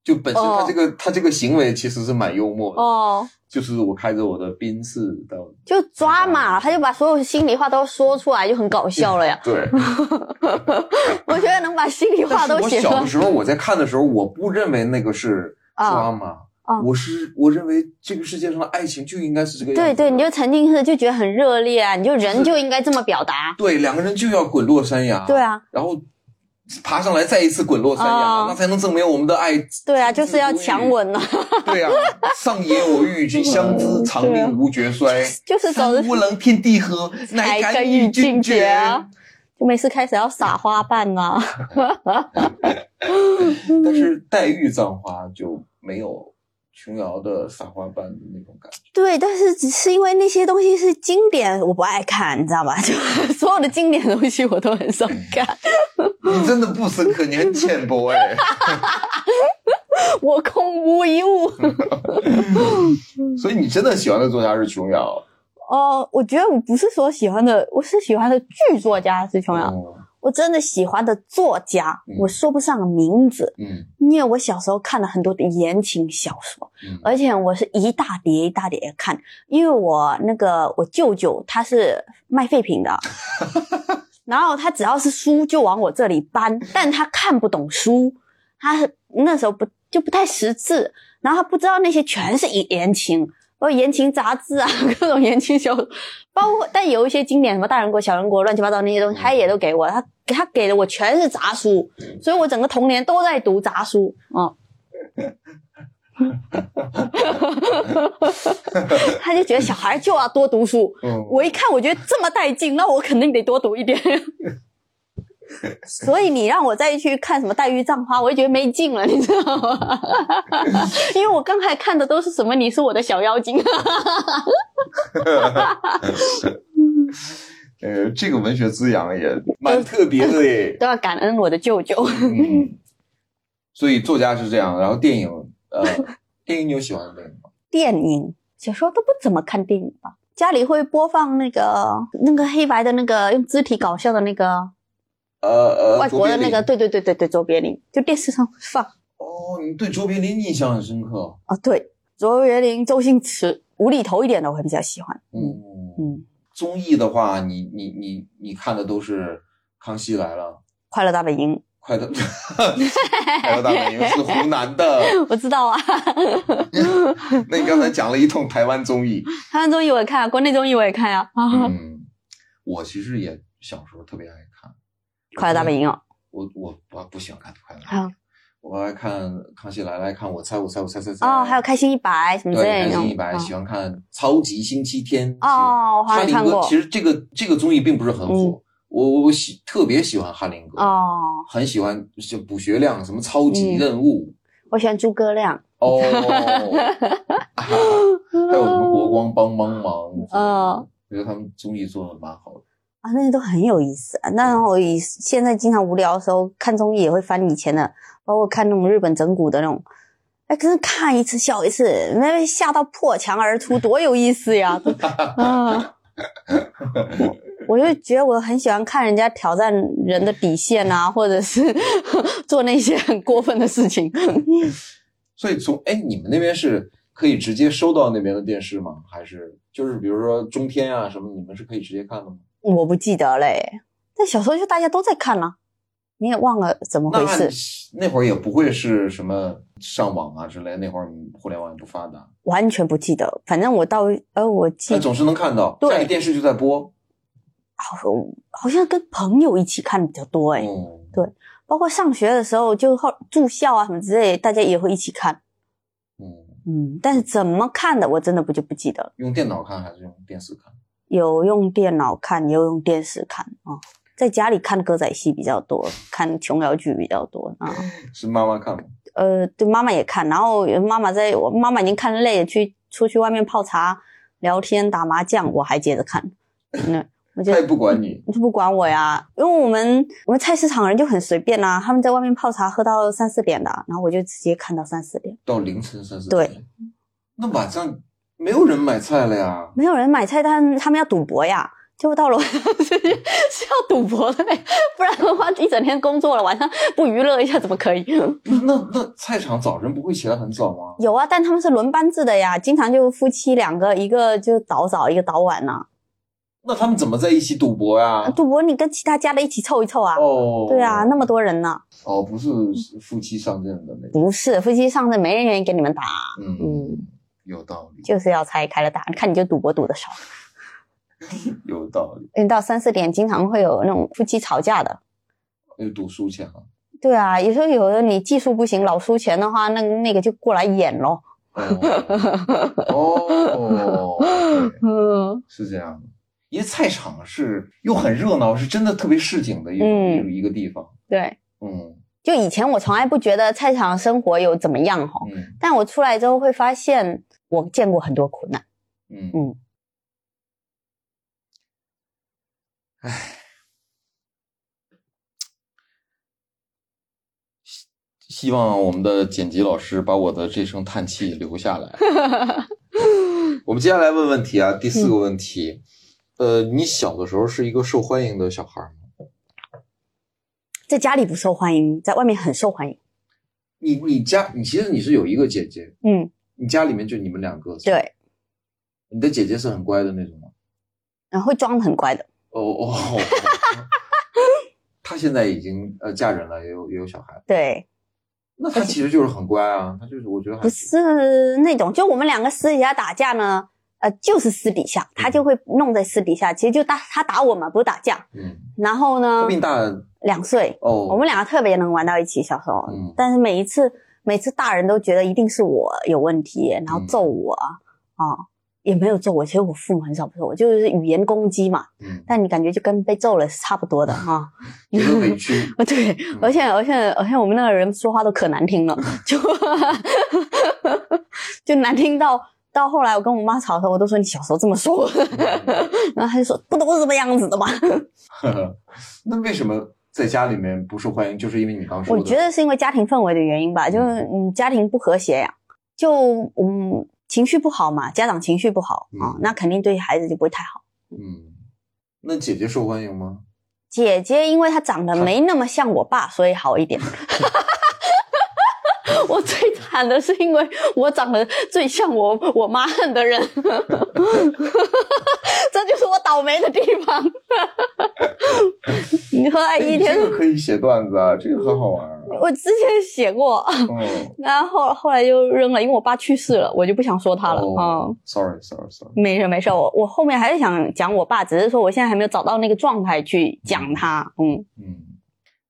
[SPEAKER 3] 就本身她这个、她这个行为其实是蛮幽默的，
[SPEAKER 4] 哦。
[SPEAKER 3] 就是我开着我的宾士 到。
[SPEAKER 4] 就抓嘛，他就把所有心里话都说出来，就很搞笑了呀
[SPEAKER 3] 对，
[SPEAKER 4] 我觉得能把心里话
[SPEAKER 3] 但是
[SPEAKER 4] 都
[SPEAKER 3] 我
[SPEAKER 4] 写出
[SPEAKER 3] 小
[SPEAKER 4] 来
[SPEAKER 3] 的，时候我在看的时候，我不认为那个是抓嘛，
[SPEAKER 4] 啊
[SPEAKER 3] 我是我认为这个世界上的爱情就应该是这个样
[SPEAKER 4] 对
[SPEAKER 3] 子。
[SPEAKER 4] 对，你就沉浸式就觉得很热烈啊，你就人就应该这么表达。
[SPEAKER 3] 对两个人就要滚落山崖，
[SPEAKER 4] 对，啊，
[SPEAKER 3] 然后爬上来再一次滚落山崖，
[SPEAKER 4] 啊
[SPEAKER 3] 那才能证明我们的爱。
[SPEAKER 4] 对啊，就是要强吻啊，
[SPEAKER 3] 对啊，上野我欲之，相知长
[SPEAKER 4] 对啊
[SPEAKER 3] 命无绝衰。
[SPEAKER 4] 就是走
[SPEAKER 3] 夫
[SPEAKER 4] 着
[SPEAKER 3] 无能天地合，乃
[SPEAKER 4] 才
[SPEAKER 3] 敢
[SPEAKER 4] 敢
[SPEAKER 3] 与
[SPEAKER 4] 与
[SPEAKER 3] 君
[SPEAKER 4] 君
[SPEAKER 3] 绝
[SPEAKER 4] 绝啊。就每次开始要撒花瓣啊。
[SPEAKER 3] 但是黛玉葬花就没有琼瑶的撒花瓣的那种感觉。
[SPEAKER 4] 对，但是只是因为那些东西是经典，我不爱看，你知道吧？ 就所有的经典东西我都很少
[SPEAKER 3] 嗯
[SPEAKER 4] 看，
[SPEAKER 3] 你真的不深刻，你很浅 薄哎。
[SPEAKER 4] 我空无一物。
[SPEAKER 3] 嗯所以你真的喜欢的作家是琼瑶，
[SPEAKER 4] 哦，我觉得我不是说喜欢的，我是喜欢的剧作家是琼瑶。
[SPEAKER 3] 嗯
[SPEAKER 4] 我真的喜欢的作家
[SPEAKER 3] 嗯，
[SPEAKER 4] 我说不上名字，
[SPEAKER 3] 嗯
[SPEAKER 4] 因为我小时候看了很多的言情小说，
[SPEAKER 3] 嗯
[SPEAKER 4] 而且我是一大叠一大叠地看，因为我那个我舅舅他是卖废品的，然后他只要是书就往我这里搬，但他看不懂书。他那时候不就不太识字，然后他不知道那些全是言言情，包括言情杂志啊， 各种言情小说，包括但有一些经典什么大人国、小人国乱七八糟那些东西，他也都给我，他他给的我全是杂书，所以我整个童年都在读杂书啊。嗯他就觉得小孩就要多读书，
[SPEAKER 3] 嗯，
[SPEAKER 4] 呃我一看，我觉得这么带劲，那我肯定得多读一 点。所以你让我再去看什么《黛玉葬花》，我就觉得没劲了，你知道吗？ 因为我刚才看的都是什么“你是我的小妖精
[SPEAKER 3] 呃，这个文学滋养也蛮特别的”，耶。
[SPEAKER 4] 都要感恩我的舅舅。
[SPEAKER 3] 嗯，所以作家是这样，然后电影，呃， 电影你有喜欢的电影吗？
[SPEAKER 4] 电影，小时候都不怎么看电影吧，家里会播放那个那个黑白的那个用肢体搞笑的那个
[SPEAKER 3] 呃呃，
[SPEAKER 4] 外国的
[SPEAKER 3] 卓别
[SPEAKER 4] 那
[SPEAKER 3] 林
[SPEAKER 4] 个，对对对对对，卓别林，就电视上会放。
[SPEAKER 3] 哦，你对卓别林印象很深刻。
[SPEAKER 4] 哦，对，卓别林、周星驰，无厘头一点的我会比较喜欢。嗯
[SPEAKER 3] 嗯，
[SPEAKER 4] 嗯，
[SPEAKER 3] 综艺的话，你你你你看的都是《康熙来了》。
[SPEAKER 4] 快乐大本营。
[SPEAKER 3] 快乐， 快乐大本营是湖南 的。
[SPEAKER 4] 我知道啊，
[SPEAKER 3] 那你刚才讲了一通台湾综 艺，
[SPEAKER 4] 台湾综艺我也看啊，国内综艺我也看呀、啊。
[SPEAKER 3] 嗯，我其实也小时候特别爱看。
[SPEAKER 4] 快乐大本营哦，
[SPEAKER 3] 我我我不喜欢看快乐大本
[SPEAKER 4] 啊
[SPEAKER 3] 营，我爱看《康熙来了》，爱看我猜我猜我猜猜猜。
[SPEAKER 4] 哦，还有开心一百什么之
[SPEAKER 3] 对
[SPEAKER 4] 类
[SPEAKER 3] 开
[SPEAKER 4] 的那种
[SPEAKER 3] 心一百，
[SPEAKER 4] 啊
[SPEAKER 3] 喜欢看《超级星期天》
[SPEAKER 4] 哦哦我好
[SPEAKER 3] 汉
[SPEAKER 4] 像
[SPEAKER 3] 林
[SPEAKER 4] 看
[SPEAKER 3] 哥
[SPEAKER 4] 过嗯
[SPEAKER 3] 其实这个这个综艺并不是很火，我我我喜特别喜欢汉林哥，
[SPEAKER 4] 哦，嗯
[SPEAKER 3] 很喜欢就卜学亮什么超级任务。
[SPEAKER 4] 我喜欢诸葛亮，
[SPEAKER 3] 哦，啊还有什么国光帮帮忙，
[SPEAKER 4] 嗯，
[SPEAKER 3] 我觉得他们综艺做的蛮好的。
[SPEAKER 4] 啊，那些都很有意思啊。那我以现在经常无聊的时候看综艺也会翻以前的，包括看那种日本整蛊的那种。哎，可是看一次笑一次，那被吓到破墙而出，多有意思 呀！啊，我我就觉得我很喜欢看人家挑战人的底线啊，或者是 做那些很过分的事情。
[SPEAKER 3] 所以从哎，你们那边是可以直接收到那边的电视吗？还是就是比如说中天啊什么，你们是可以直接看的吗？
[SPEAKER 4] 我不记得嘞，但小时候就大家都在看啦、你也忘了怎么
[SPEAKER 3] 那
[SPEAKER 4] 回事。
[SPEAKER 3] 那会儿也不会是什么上网啊之类，那会儿互联网也不发达，
[SPEAKER 4] 完全不记得，反正我到呃，我记
[SPEAKER 3] 但总是能看到，
[SPEAKER 4] 对
[SPEAKER 3] 家里电视就在播。
[SPEAKER 4] 好好像跟朋友一起看比较多哎、
[SPEAKER 3] 嗯，
[SPEAKER 4] 包括上学的时候就后住校啊什么之类，大家也会一起看。
[SPEAKER 3] 嗯，
[SPEAKER 4] 嗯，但是怎么看的我真的不就不记得了，
[SPEAKER 3] 用电脑看还是用电视看？
[SPEAKER 4] 有用电脑看，也有用电视看啊、在家里看歌仔戏比较多，看琼瑶剧比较多啊。
[SPEAKER 3] 是妈妈看吗？
[SPEAKER 4] 呃，对，妈妈也看，然后妈妈在我妈妈已经看累了，去出去外面泡茶、聊天、打麻将，我还接着看。那我觉
[SPEAKER 3] 她
[SPEAKER 4] 得
[SPEAKER 3] 也不管你。
[SPEAKER 4] 就不管我呀，因为我们我们菜市场人就很随便啦、他们在外面泡茶喝到三四点的，然后我就直接看到三四点，
[SPEAKER 3] 到凌晨三四
[SPEAKER 4] 对，
[SPEAKER 3] 那晚上没有人买菜了呀。
[SPEAKER 4] 没有人买菜单，他们要赌博呀。结果到了晚上 是是要赌博的嘞，不然的话一整天工作了，晚上不娱乐一下怎么可以？
[SPEAKER 3] 不是，那那菜场早晨不会起来很早吗？
[SPEAKER 4] 有啊，但他们是轮班制的呀，经常就夫妻两个，一个就倒早，一个倒晚呐、
[SPEAKER 3] 那他们怎么在一起赌博呀？
[SPEAKER 4] 赌博你跟其他家的一起凑一啊凑啊。
[SPEAKER 3] 哦，
[SPEAKER 4] 对啊，那么多人呢，
[SPEAKER 3] 哦，不是夫妻上阵的那种，
[SPEAKER 4] 不是夫妻上阵，没人愿意跟你们打，
[SPEAKER 3] 嗯，
[SPEAKER 4] 嗯，
[SPEAKER 3] 有道理，
[SPEAKER 4] 就是要拆开了打。看你就赌博赌的少，
[SPEAKER 3] 有道理，
[SPEAKER 4] 嗯，到三四点经常会有那种夫妻吵架的。
[SPEAKER 3] 有赌输钱啊，
[SPEAKER 4] 对啊，有时候有的你技术不行，老输钱的话，那那个就过来演咯。
[SPEAKER 3] 哦， 哦，对
[SPEAKER 4] 嗯，
[SPEAKER 3] 是这样的，因为菜场是又很热闹，是真的特别市井的一种
[SPEAKER 4] 嗯
[SPEAKER 3] 一个地方，
[SPEAKER 4] 对，
[SPEAKER 3] 嗯
[SPEAKER 4] 就以前我从来不觉得菜场生活有怎么样哈，
[SPEAKER 3] 嗯
[SPEAKER 4] 但我出来之后会发现，我见过很多苦难。
[SPEAKER 3] 嗯
[SPEAKER 4] 嗯，
[SPEAKER 3] 希望我们的剪辑老师把我的这声叹气留下 来。我们接下来问问题啊，第四个
[SPEAKER 4] 嗯
[SPEAKER 3] 问题，呃，你小的时候是一个受欢迎的小孩吗？
[SPEAKER 4] 在家里不受欢迎，在外面很受欢迎。
[SPEAKER 3] 你你家你其实你是有一个姐姐，
[SPEAKER 4] 嗯，
[SPEAKER 3] 你家里面就你们两个，，
[SPEAKER 4] 对，
[SPEAKER 3] 你的姐姐是很乖的那种吗？
[SPEAKER 4] 然后会装的很乖的。
[SPEAKER 3] 哦哦， 哦她现在已经呃嫁人了，也有也有小孩，
[SPEAKER 4] 对，
[SPEAKER 3] 那他其实就是很乖啊，他就是我觉得还
[SPEAKER 4] 不是那种，就我们两个私底下打架呢，呃，就是私底
[SPEAKER 3] 嗯
[SPEAKER 4] 下，他就会弄在私底下，其实就打他打我嘛，不是打架。
[SPEAKER 3] 嗯，
[SPEAKER 4] 然后
[SPEAKER 3] 他
[SPEAKER 4] 呢
[SPEAKER 3] 比，你大
[SPEAKER 4] 两岁，
[SPEAKER 3] 哦，
[SPEAKER 4] 啊我们两个特别能玩到一起，小时候。
[SPEAKER 3] 嗯
[SPEAKER 4] 但是每一次，每次大人都觉得一定是我有问题，然后揍我
[SPEAKER 3] 嗯
[SPEAKER 4] 啊、啊，也没有揍我，其实我父母很少揍我，就是语言攻击嘛。
[SPEAKER 3] 嗯，
[SPEAKER 4] 但你感觉就跟被揍了是差不 多的哈。
[SPEAKER 3] 觉得委屈，
[SPEAKER 4] 啊， 对，而且而且而且我们那个人说话都可难听了，就就难听到到后来我跟我妈吵的时候，我都说你小时候这么说我， 然后她就说不都是这个样子的吗？
[SPEAKER 3] 呵呵那为什么在家里面不受欢迎？就是因为你刚说
[SPEAKER 4] 我
[SPEAKER 3] 的，
[SPEAKER 4] 觉得是因为家庭氛围的原因吧，就是嗯家庭不和谐呀、就嗯情绪不好嘛，家长情绪不好啊、
[SPEAKER 3] 嗯
[SPEAKER 4] 那肯定对孩子就不会太好。
[SPEAKER 3] 嗯，那姐姐受欢迎吗？
[SPEAKER 4] 姐姐因为她长得没那么像我爸，所以好一 点。 我最惨的是因为我长得最像我我妈恨的人， 这就是我倒霉的地方。你后来
[SPEAKER 3] 哎，
[SPEAKER 4] 一
[SPEAKER 3] 你
[SPEAKER 4] 天，
[SPEAKER 3] 这个可以写段子啊，这个很好玩啊。
[SPEAKER 4] 我之前写过，
[SPEAKER 3] 哦，
[SPEAKER 4] 然后后来就扔了，因为我爸去世了，我就不想说他了啊。
[SPEAKER 3] 哦，sorry，sorry，sorry，
[SPEAKER 4] 没事没事，我我后面还是想讲我爸，只是说我现在还没有找到那个状态去讲他。嗯，
[SPEAKER 3] 嗯。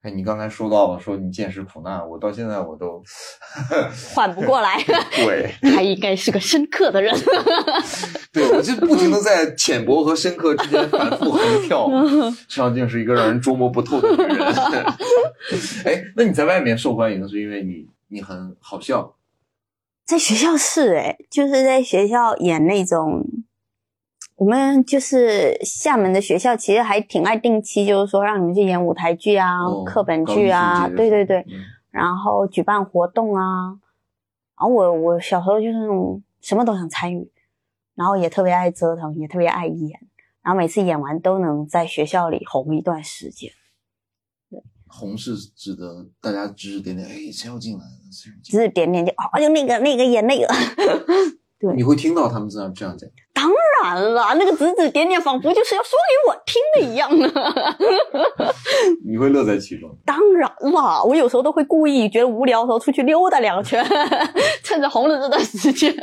[SPEAKER 3] 哎，你刚才说到了，说你见识苦难，我到现在我都，
[SPEAKER 4] 缓不过来。
[SPEAKER 3] 对，
[SPEAKER 4] 他应该是个深刻的人。
[SPEAKER 3] 对我就不停的在浅薄和深刻之间反复横 跳。
[SPEAKER 4] 嗯
[SPEAKER 3] 尚静是一个让人捉摸不透的女人。哎，那你在外面受欢迎是因为你你很好笑，
[SPEAKER 4] 在学校是诶、就是在学校演那种，我们就是厦门的学校，其实还挺爱定期，就是说让你们去演舞台剧啊、
[SPEAKER 3] 哦
[SPEAKER 4] 课本剧啊，
[SPEAKER 3] 高一
[SPEAKER 4] 对对对，，
[SPEAKER 3] 嗯
[SPEAKER 4] 然后举办活动啊。然后我我小时候就是那种什么都想参与，然后也特别爱折腾，也特别爱演，然后每次演完都能在学校里红一段时间。
[SPEAKER 3] 红是指的大家指指点点，哎，谁要进来了？谁要进
[SPEAKER 4] 指指点点就哦，就那个那个演那个，
[SPEAKER 3] 来？你会听到他们这样这样讲。
[SPEAKER 4] 当然了，那个指指点点仿佛就是要说给我听的一样 呢。
[SPEAKER 3] 你会乐在其中。
[SPEAKER 4] 当然了，我有时候都会故意觉得无聊的时候出去溜达两 圈，趁着红的这段时间。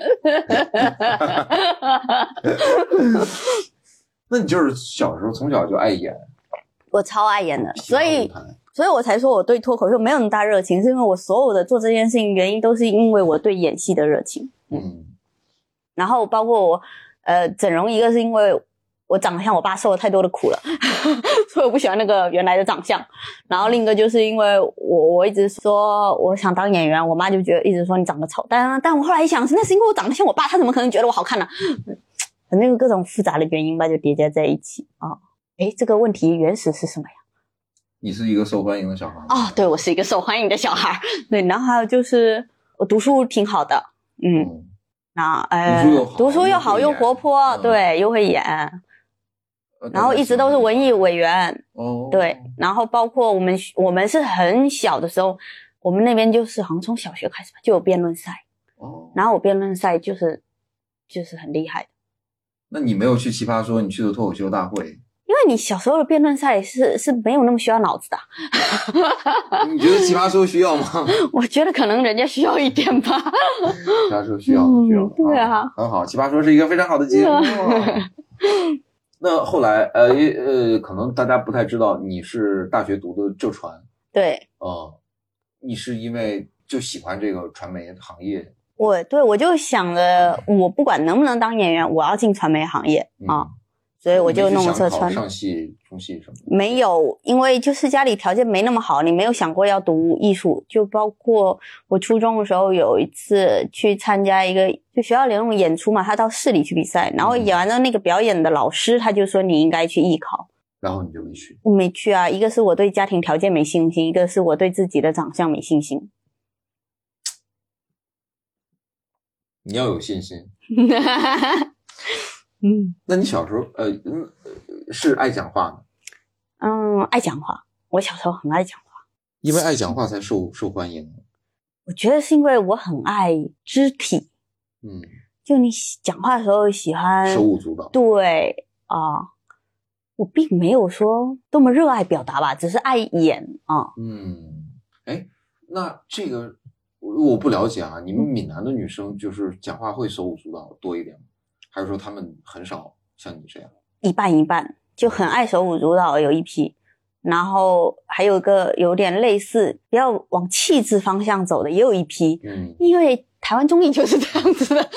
[SPEAKER 3] 那你就是小时候从小就爱演，
[SPEAKER 4] 啊我超爱演的，
[SPEAKER 3] 喜欢
[SPEAKER 4] 所以
[SPEAKER 3] 舞台
[SPEAKER 4] 所以我才说我对脱口秀没有那么大热情，是因为我所有的做这件事情原因都是因为我对演戏的热情，
[SPEAKER 3] 嗯，
[SPEAKER 4] 然后包括我呃整容，一个是因为我长得像我爸，受了太多的苦了， 所以我不喜欢那个原来的长相。然后另一个就是因为我我一直说我想当演员，我妈就觉得一直说你长得丑，但但我后来一想，那是因为我长得像我爸，他怎么可能觉得我好看呢、反正有各种复杂的原因吧，就叠加在一起啊。哎、这个问题原始是什么呀？
[SPEAKER 3] 你是一个受欢迎的小孩。
[SPEAKER 4] 哦，对，我是一个受欢迎的小孩儿。对，然后还有就是我读书挺好的，嗯，
[SPEAKER 3] 嗯，
[SPEAKER 4] 那呃
[SPEAKER 3] 读书又好，
[SPEAKER 4] 读书又好
[SPEAKER 3] 又
[SPEAKER 4] 又
[SPEAKER 3] 会
[SPEAKER 4] 活泼，
[SPEAKER 3] 演嗯
[SPEAKER 4] 对，又会演，
[SPEAKER 3] 呃
[SPEAKER 4] 然后一直都是文艺委员，
[SPEAKER 3] 哦，
[SPEAKER 4] 对，然后包括我们我们是很小的时候，我们那边就是好像从小学开始吧就有辩论赛，
[SPEAKER 3] 哦，
[SPEAKER 4] 然后我辩论赛就是就是很厉害的，
[SPEAKER 3] 那你没有去奇葩说，你去的脱口秀大会，
[SPEAKER 4] 因为你小时候的辩论赛是是没有那么需要脑子的，
[SPEAKER 3] 你觉得奇葩说需要吗？
[SPEAKER 4] 我觉得可能人家需要一点吧。
[SPEAKER 3] 奇葩说需要，
[SPEAKER 4] 嗯
[SPEAKER 3] 需要，
[SPEAKER 4] 对啊
[SPEAKER 3] 很好，奇葩说是一个非常好的节目。那后来，呃呃，可能大家不太知道，你是大学读的浙传，
[SPEAKER 4] 对
[SPEAKER 3] 哦，你是因为就喜欢这个传媒行业
[SPEAKER 4] 我对我就想着，我不管能不能当演员，我要进传媒行业
[SPEAKER 3] 嗯
[SPEAKER 4] 啊，所以我就弄了
[SPEAKER 3] 这
[SPEAKER 4] 这传
[SPEAKER 3] 上戏、中戏什么的。
[SPEAKER 4] 没有，因为就是家里条件没那么好，你没有想过要读艺术。就包括我初中的时候，有一次去参加一个就学校联动演出嘛，他到市里去比赛，然后演完了那个表演的老师他就说你应该去艺考，
[SPEAKER 3] 然后你就没去。
[SPEAKER 4] 我没去啊。一个是我对家庭条件没信心，一个是我对自己的长相没信心。
[SPEAKER 3] 你要有信心。
[SPEAKER 4] 嗯
[SPEAKER 3] 那你小时候，呃，嗯，呃是爱讲话吗？
[SPEAKER 4] 嗯，爱讲话，我小时候很爱讲话。
[SPEAKER 3] 因为爱讲话才受受欢迎。
[SPEAKER 4] 我觉得是因为我很爱肢体，
[SPEAKER 3] 嗯，
[SPEAKER 4] 就你喜讲话的时候喜欢
[SPEAKER 3] 手舞足蹈。
[SPEAKER 4] 呃对啊、我并没有说多么热爱表达吧，只是爱演啊、
[SPEAKER 3] 嗯，哎，那这个我不了解啊，你们闽南的女生就是讲话会手舞足蹈多一点吗？还是说她们很少像你这样？
[SPEAKER 4] 一半一半，就很爱手舞足蹈有一批，然后还有一个有点类似比较往气质方向走的也有一批，
[SPEAKER 3] 嗯，
[SPEAKER 4] 因为台湾综艺就是这样子的，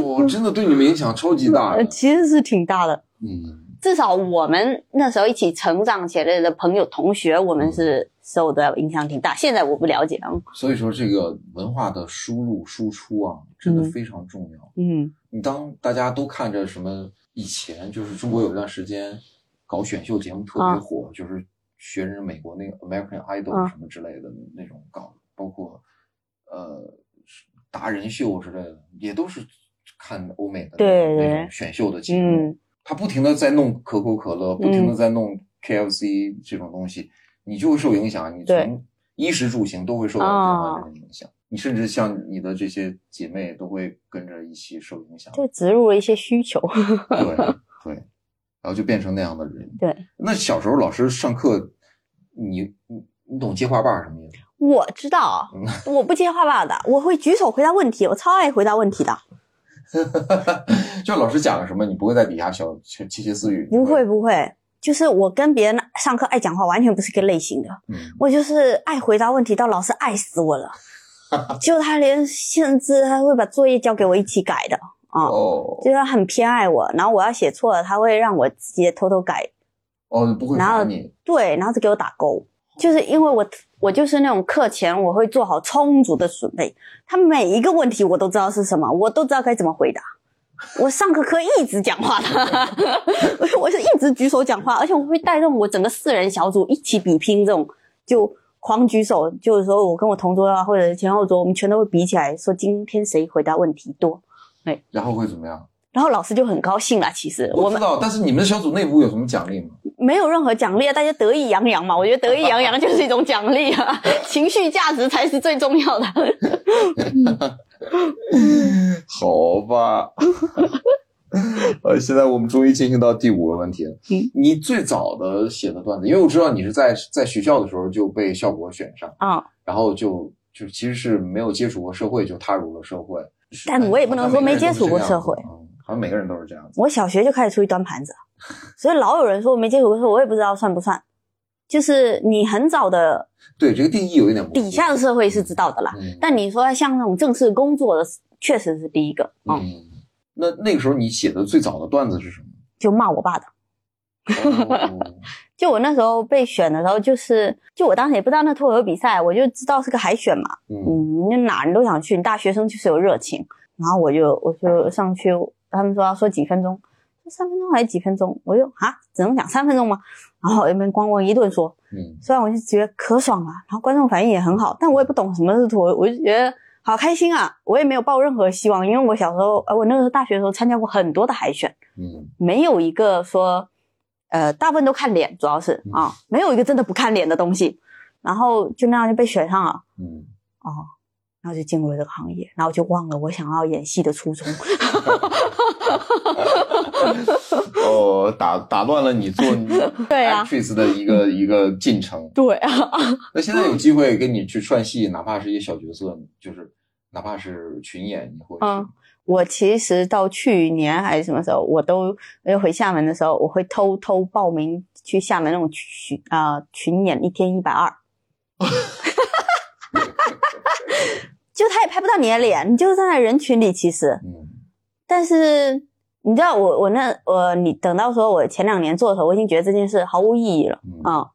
[SPEAKER 3] 我真的对你们影响超级大
[SPEAKER 4] 呃，
[SPEAKER 3] 的。
[SPEAKER 4] 其实是挺大的。
[SPEAKER 3] 嗯，
[SPEAKER 4] 至少我们那时候一起成长起来的朋友、同学，我们是受的影响挺大。现在我不了解，嗯
[SPEAKER 3] 所以说这个文化的输入输出啊，真的非常重要。
[SPEAKER 4] 嗯
[SPEAKER 3] 你当大家都看着什么，以前就是中国有段时间搞选秀节目特别
[SPEAKER 4] 啊
[SPEAKER 3] 火，就是学人美国那个 American
[SPEAKER 4] 啊
[SPEAKER 3] Idol 什么之类的那种搞，包括呃达人秀之类的，也都是看欧美的那
[SPEAKER 4] 对对
[SPEAKER 3] 种选秀的节目，
[SPEAKER 4] 嗯，
[SPEAKER 3] 他不停的在弄可口可乐，不停的在弄 KFC 这种东西，你就会受影响，你
[SPEAKER 4] 对哦
[SPEAKER 3] 从衣食住行都会受到这样的影响。你甚至像你的这些姐妹都会跟着一起受影响，
[SPEAKER 4] 就植入了一些需求。
[SPEAKER 3] 对对，然后就变成那样的人。
[SPEAKER 4] 对，
[SPEAKER 3] 那小时候老师上课，你你你懂接话棒什么意思？
[SPEAKER 4] 我知道，我不接话吧的，我会举手回答问题，我超爱回答问题的。
[SPEAKER 3] 就老师讲了什么，你不会在底下小窃窃窃私语？
[SPEAKER 4] 不会，不会，就是我跟别人上课爱讲话，完全不是一个类型的。
[SPEAKER 3] 嗯，
[SPEAKER 4] 我就是爱回答问题，到老师爱死我了。就他连甚至他会把作业交给我一起改的啊，
[SPEAKER 3] 哦
[SPEAKER 4] 就是他很偏爱我。然后我要写错了，他会让我直接偷偷改，
[SPEAKER 3] 哦，不会
[SPEAKER 4] 然后
[SPEAKER 3] 罚你，
[SPEAKER 4] 对，然后就给我打勾。就是因为我我就是那种课前我会做好充足的准备，他每一个问题我都知道是什么，我都知道该怎么回答。我上课课一直讲话的， 我是一直举手讲话，而且我会带动我整个四人小组一起比拼这种，就狂举手。就有时候我跟我同桌啊，或者前后桌，我们全都会比起来说今天谁回答问题多，
[SPEAKER 3] 然后会怎么样？
[SPEAKER 4] 然后老师就很高兴啦。其实我
[SPEAKER 3] 知
[SPEAKER 4] 们
[SPEAKER 3] 道，但是你们小组内部有什么奖励吗？
[SPEAKER 4] 没有任何奖励，啊，大家得意洋洋 嘛。我觉得得意洋洋就是一种奖励 啊，情绪价值才是最重要的。
[SPEAKER 3] 好吧， 呃，现在我们终于进行到第五个问题了。
[SPEAKER 4] 嗯
[SPEAKER 3] 你最早的写的段子，因为我知道你是在在学校的时候就被校博选上，
[SPEAKER 4] 啊、
[SPEAKER 3] 然后就就其实是没有接触过社会，就踏入了社会。是哎
[SPEAKER 4] 但我也不能说没接触过社会
[SPEAKER 3] 嗯好像每个人都是这样子。
[SPEAKER 4] 我小学就开始出去端盘子了，所以老有人说我没接触过社会，我也不知道算不算。就是你很早的
[SPEAKER 3] 对，这个定义有一点不
[SPEAKER 4] 底下的社会是知道的啦，
[SPEAKER 3] 嗯，
[SPEAKER 4] 但你说像那种正式工作的，确实是第一个啊、嗯
[SPEAKER 3] 嗯，那那个时候你写的最早的段子是什么？
[SPEAKER 4] 就骂我爸的。
[SPEAKER 3] 哦
[SPEAKER 4] 就我那时候被选的时候，就是就我当时也不知道那脱口秀比赛，我就知道是个海选嘛，
[SPEAKER 3] 嗯
[SPEAKER 4] 嗯，那哪人都想去，你大学生就是有热情。然后我就我就上去，他们说要说几分钟，说三分钟还是几分钟，我就啊，只能讲三分钟吗？然后那边咣咣一顿说，
[SPEAKER 3] 嗯，
[SPEAKER 4] 虽然我就觉得可爽了、然后观众反应也很好，但我也不懂什么是脱，我就觉得好开心啊！我也没有抱任何希望，因为我小时候，呃，我那个时候大学的时候参加过很多的海选，
[SPEAKER 3] 嗯
[SPEAKER 4] 没有一个说，呃，大部分都看脸，主要是啊，没有一个真的不看脸的东西，然后就那样就被选上了。
[SPEAKER 3] 嗯，
[SPEAKER 4] 哦，然后就进入了这个行业，然后就忘了我想要演戏的初衷。
[SPEAKER 3] 哦，打打乱了你做
[SPEAKER 4] 对啊
[SPEAKER 3] actress 的一 个一个进程。
[SPEAKER 4] 对啊，
[SPEAKER 3] 那现在有机会跟你去串戏，哪怕是一小角色，就是哪怕是群演，你会去
[SPEAKER 4] 嗯 我其实到去年还是什么时候，我都要回厦门的时候，我会偷偷报名去厦门那种群啊、群演，一天一百二。 就他也拍不到你的脸，你就是站在人群里，其实，
[SPEAKER 3] 嗯
[SPEAKER 4] 但是你知道我我那我你等到说我前两年做的时候，我已经觉得这件事毫无意义了
[SPEAKER 3] 嗯
[SPEAKER 4] 啊、嗯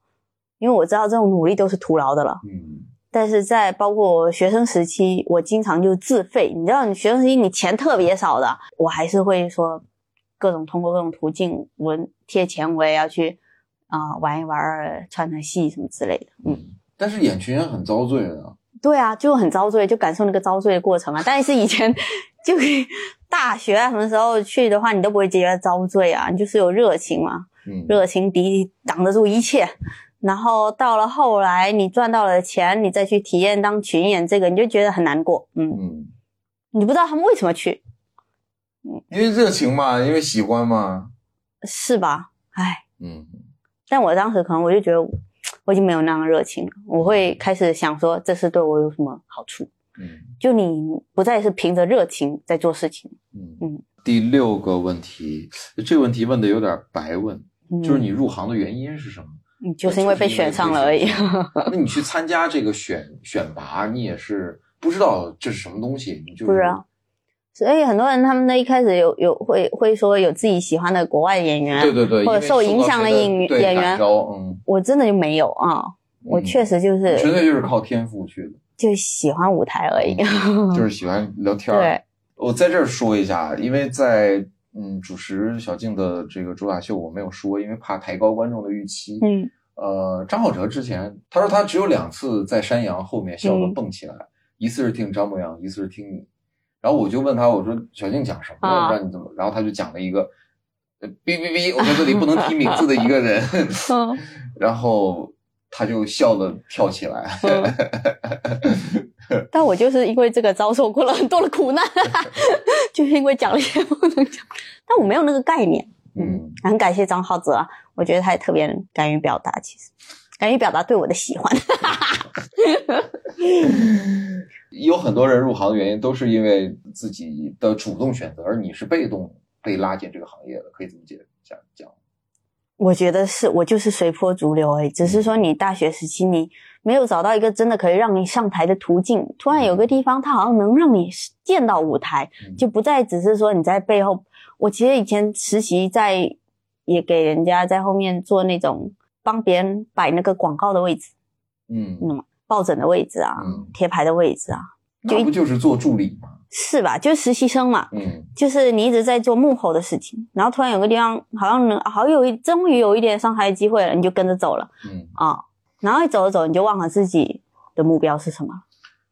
[SPEAKER 4] 因为我知道这种努力都是徒劳的了。
[SPEAKER 3] 嗯
[SPEAKER 4] 但是在包括我学生时期，我经常就自费。你知道，你学生时期你钱特别少的，我还是会说各种通过各种途径，我贴钱我也要去啊、玩一玩，串串戏什么之类的。嗯，
[SPEAKER 3] 嗯。但是演群演很遭罪的，
[SPEAKER 4] 对啊，就很遭罪，就感受那个遭罪的过程啊。但是以前 就大学啊什么时候去的话，你都不会觉得遭罪啊，你就是有热情嘛。
[SPEAKER 3] 嗯，
[SPEAKER 4] 热情抵挡得住一切。然后到了后来，你赚到了钱，你再去体验当群演这个，你就觉得很难过。嗯，
[SPEAKER 3] 嗯，
[SPEAKER 4] 你不知道他们为什么去，
[SPEAKER 3] 因为热情嘛，因为喜欢嘛，
[SPEAKER 4] 是吧？哎，
[SPEAKER 3] 嗯
[SPEAKER 4] 但我当时可能我就觉得，我已经没有那样热情了。我会开始想说，这事对我有什么好处？
[SPEAKER 3] 嗯
[SPEAKER 4] 就你不再是凭着热情在做事情，
[SPEAKER 3] 嗯
[SPEAKER 4] 嗯
[SPEAKER 5] 第六个问题，这个问题问的有点白问，
[SPEAKER 4] 嗯、
[SPEAKER 3] 就是你入行的原因是什么？
[SPEAKER 4] 嗯，就是因为被选上了而已。
[SPEAKER 3] 那你去参加这个选选拔，你也是不知道这是什么东西，你就是
[SPEAKER 4] 不知道。 所以很多人他们呢一开始有有会会说有自己喜欢的国外演员，
[SPEAKER 3] 对对对，
[SPEAKER 4] 或
[SPEAKER 3] 因为
[SPEAKER 4] 者受
[SPEAKER 3] 到
[SPEAKER 4] 影响
[SPEAKER 3] 谁
[SPEAKER 4] 的演
[SPEAKER 3] 对
[SPEAKER 4] 演
[SPEAKER 3] 感
[SPEAKER 4] 员
[SPEAKER 3] 召嗯，
[SPEAKER 4] 我真的就没有啊，我
[SPEAKER 3] 嗯
[SPEAKER 4] 确实就是、
[SPEAKER 3] 纯粹就是靠天赋去的，嗯
[SPEAKER 4] 就喜欢舞台而已。
[SPEAKER 3] 就是喜欢聊天儿。
[SPEAKER 4] 对，
[SPEAKER 3] 我在这儿说一下，因为在嗯主持小静的这个主打秀我没有说，因为怕抬高观众的预期。
[SPEAKER 4] 嗯
[SPEAKER 3] 呃，张浩哲之前他说他只有两次在山羊后面笑得
[SPEAKER 4] 嗯
[SPEAKER 3] 蹦起来，一次是听张博洋，一次是听你。然后我就问他，我说小静讲什么了？
[SPEAKER 4] 啊
[SPEAKER 3] 让你怎么？然后他就讲了一个，呃哔哔哔，我在这里不能提名字的一个人，
[SPEAKER 4] 嗯
[SPEAKER 3] 然后他就笑得跳起来。
[SPEAKER 4] 嗯， 但我就是因为这个遭受过了很多的苦难， 就是因为讲了一些不能讲，但我没有那个概念。
[SPEAKER 3] 嗯，
[SPEAKER 4] 很感谢张浩哲啊，我觉得他也特别敢于表达，其实敢于表达对我的喜欢。
[SPEAKER 3] 有很多人入行的原因都是因为自己的主动选择，而你是被动被拉进这个行业的，可以这么解讲讲。
[SPEAKER 4] 我觉得是我就是随波逐流而已，只是说你大学时期你没有找到一个真的可以让你上台的途径，突然有个地方它好像能让你见到舞台，
[SPEAKER 3] 嗯
[SPEAKER 4] 就不再只是说你在背后。我其实以前实习在也给人家在后面做那种帮别人摆那个广告的位置、
[SPEAKER 3] 嗯
[SPEAKER 4] 抱枕的位置啊、
[SPEAKER 3] 嗯
[SPEAKER 4] 贴牌的位置啊，就
[SPEAKER 3] 那不就是做助理吗？
[SPEAKER 4] 是吧？就是实习生嘛，
[SPEAKER 3] 嗯
[SPEAKER 4] 就是你一直在做幕后的事情，然后突然有个地方好像能，好有一终于有一点上台的机会了，你就跟着走了。
[SPEAKER 3] 嗯，
[SPEAKER 4] 啊、然后一走着走，你就忘了自己的目标是什么。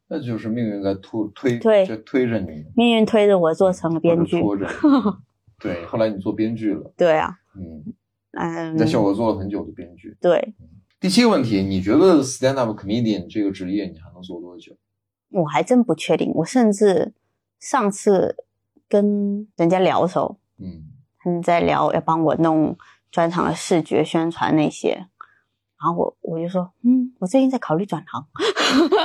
[SPEAKER 3] 那就是命运在推推
[SPEAKER 4] 对
[SPEAKER 3] 就推着你
[SPEAKER 4] 命运推着我做成了编剧，
[SPEAKER 3] 嗯或者拖着 你对，后来你做编剧了，
[SPEAKER 4] 对啊，
[SPEAKER 3] 嗯，
[SPEAKER 4] 嗯
[SPEAKER 3] 你，在效果做了很久的编剧。
[SPEAKER 4] 对
[SPEAKER 3] 第七个问题，你觉得 stand up comedian 这个职业你还能做多久？
[SPEAKER 4] 我还真不确定。我甚至上次跟人家聊的时候，
[SPEAKER 3] 嗯
[SPEAKER 4] 他们在聊要帮我弄专场的视觉宣传那些，然后我我就说，嗯，我最近在考虑转行，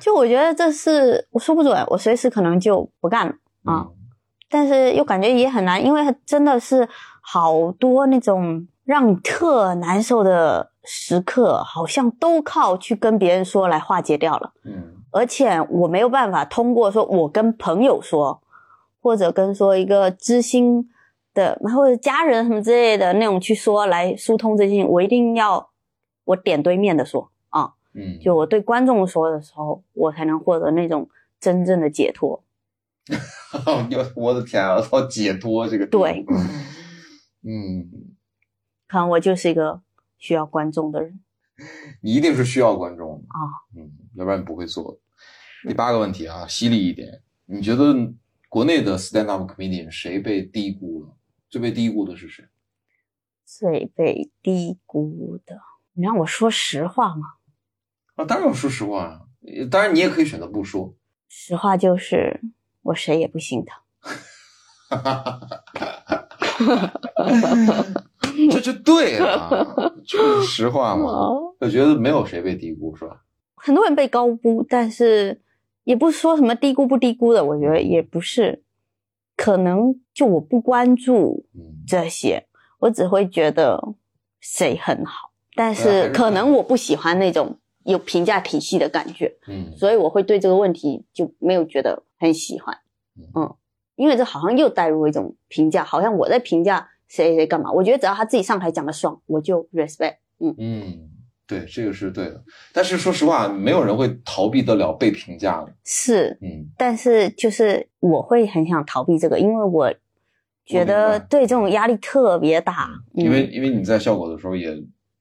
[SPEAKER 4] 就我觉得这是我说不准，我随时可能就不干了
[SPEAKER 3] 嗯
[SPEAKER 4] 啊。但是又感觉也很难，因为真的是好多那种让你特难受的时刻，好像都靠去跟别人说来化解掉了。
[SPEAKER 3] 嗯
[SPEAKER 4] 而且我没有办法通过说我跟朋友说，或者跟说一个知心的或者家人什么之类的那种去说来疏通这些事情，我一定要我点对面的说啊，
[SPEAKER 3] 嗯，
[SPEAKER 4] 就我对观众说的时候，我才能获得那种真正的解脱。
[SPEAKER 3] 就 我的天啊，好解脱这个地方
[SPEAKER 4] 对，
[SPEAKER 3] 嗯。
[SPEAKER 4] 可能我就是一个需要观众的人。
[SPEAKER 3] 你一定是需要观众的
[SPEAKER 4] 啊，
[SPEAKER 3] 嗯，要不然你不会做。第八个问题啊，犀利一点，你觉得国内的 stand up comedian 谁被低估了？最被低估的是谁？
[SPEAKER 4] 最被低估的。你让我说实话嘛，
[SPEAKER 3] 啊，当然我说实话啊，呃当然你也可以选择不 说。
[SPEAKER 4] 实话就是我谁也不心疼。
[SPEAKER 3] 这就对了，啊就是实话
[SPEAKER 4] 哦
[SPEAKER 3] 嘛。我觉得没有谁被低估，是吧？
[SPEAKER 4] 很多人被高估，但是也不说什么低估不低估的，我觉得也不是，可能就我不关注
[SPEAKER 3] 嗯，
[SPEAKER 4] 这些，我只会觉得谁很好，但
[SPEAKER 3] 对啊还
[SPEAKER 4] 是
[SPEAKER 3] 是
[SPEAKER 4] 可能我不喜欢那种有评价体系的感觉。
[SPEAKER 3] 嗯，
[SPEAKER 4] 所以我会对这个问题就没有觉得很喜欢
[SPEAKER 3] 嗯，
[SPEAKER 4] 嗯，因为这好像又带入一种评价，好像我在评价谁谁干嘛。我觉得只要他自己上台讲的爽，我就 respect。
[SPEAKER 3] 嗯，对，这个是对的。但是说实话，没有人会逃避得了被评价的。
[SPEAKER 4] 是，
[SPEAKER 3] 嗯
[SPEAKER 4] 但是就是我会很想逃避这个，因为我觉
[SPEAKER 3] 我
[SPEAKER 4] 得
[SPEAKER 3] 明白
[SPEAKER 4] 对这种压力特别大，嗯
[SPEAKER 3] 因为因为你在效果的时候，也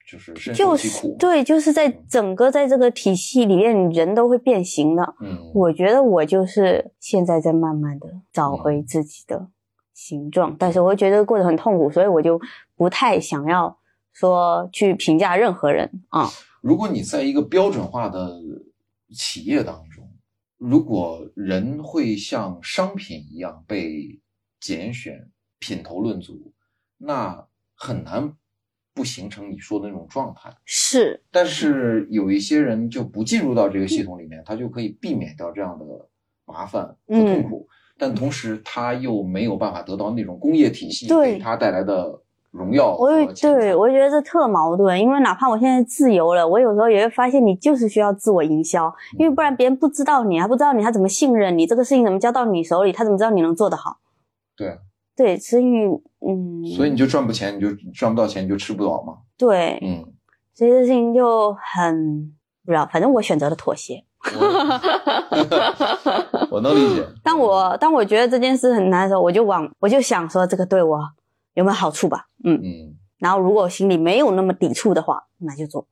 [SPEAKER 3] 就是深
[SPEAKER 4] 就
[SPEAKER 3] 受其
[SPEAKER 4] 是
[SPEAKER 3] 苦。，
[SPEAKER 4] 对，就是在
[SPEAKER 3] 嗯
[SPEAKER 4] 整个在这个体系里面，人都会变形的。
[SPEAKER 3] 嗯，
[SPEAKER 4] 我觉得我就是现在在慢慢的找回
[SPEAKER 3] 嗯
[SPEAKER 4] 自己的形状，但是我会觉得过得很痛苦，所以我就不太想要说去评价任何人啊。
[SPEAKER 3] 如果你在一个标准化的企业当中，如果人会像商品一样被拣选、品头论足，那很难不形成你说的那种状态。
[SPEAKER 4] 是
[SPEAKER 3] 但是有一些人就不进入到这个系统里面，他就可以避免掉这样的麻烦和
[SPEAKER 4] 嗯
[SPEAKER 3] 痛苦，但同时他又没有办法得到那种工业体系
[SPEAKER 4] 对
[SPEAKER 3] 给他带来的荣耀
[SPEAKER 4] 我也
[SPEAKER 3] 和钱财
[SPEAKER 4] 对我觉得这特矛盾，因为哪怕我现在自由了，我有时候也会发现你就是需要自我营销，
[SPEAKER 3] 嗯
[SPEAKER 4] 因为不然别人不知道你，他不知道你，他怎么信任你？这个事情怎么交到你手里？他怎么知道你能做得好？
[SPEAKER 3] 对
[SPEAKER 4] 对，所以嗯，
[SPEAKER 3] 所以你就赚不钱，你就赚不到钱，你就吃不饱嘛。
[SPEAKER 4] 对，
[SPEAKER 3] 嗯，
[SPEAKER 4] 所以这事情就很不知道，反正我选择了妥协。
[SPEAKER 3] 我我能理解。
[SPEAKER 4] 当
[SPEAKER 3] 嗯
[SPEAKER 4] 我当我觉得这件事很难的时候，我就往我就想说这个对我有没有好处吧，嗯，
[SPEAKER 3] 嗯，
[SPEAKER 4] 然后如果我心里没有那么抵触的话，那就做。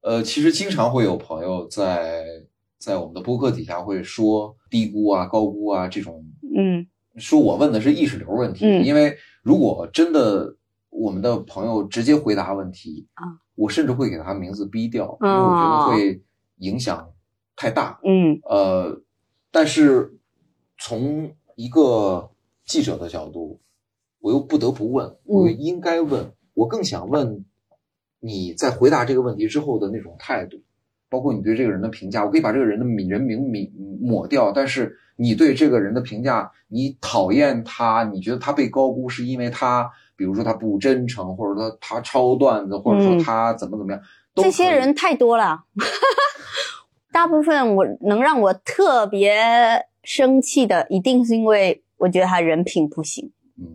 [SPEAKER 3] 呃，其实经常会有朋友在在我们的播客底下会说低估啊、高估啊这种
[SPEAKER 4] 嗯
[SPEAKER 3] 说我问的是意识流问题，
[SPEAKER 4] 嗯
[SPEAKER 3] 因为如果真的我们的朋友直接回答问题，
[SPEAKER 4] 啊
[SPEAKER 3] 我甚至会给他名字逼掉，因
[SPEAKER 4] 哦
[SPEAKER 3] 为我觉得会影响太大。
[SPEAKER 4] 嗯
[SPEAKER 3] 呃，但是从一个记者的角度，我又不得不问，我
[SPEAKER 4] 嗯
[SPEAKER 3] 应该问，我更想问你在回答这个问题之后的那种态度，包括你对这个人的评价。我可以把这个人的名人名名抹掉，但是你对这个人的评价，你讨厌他，你觉得他被高估是因为他，比如说他不真诚，或者说他抄段子，或者说
[SPEAKER 4] 嗯
[SPEAKER 3] 他怎么怎么样，都
[SPEAKER 4] 这些
[SPEAKER 3] 可以
[SPEAKER 4] 人太多了， 大部分我能让我特别生气的，一定是因为我觉得他人品不行。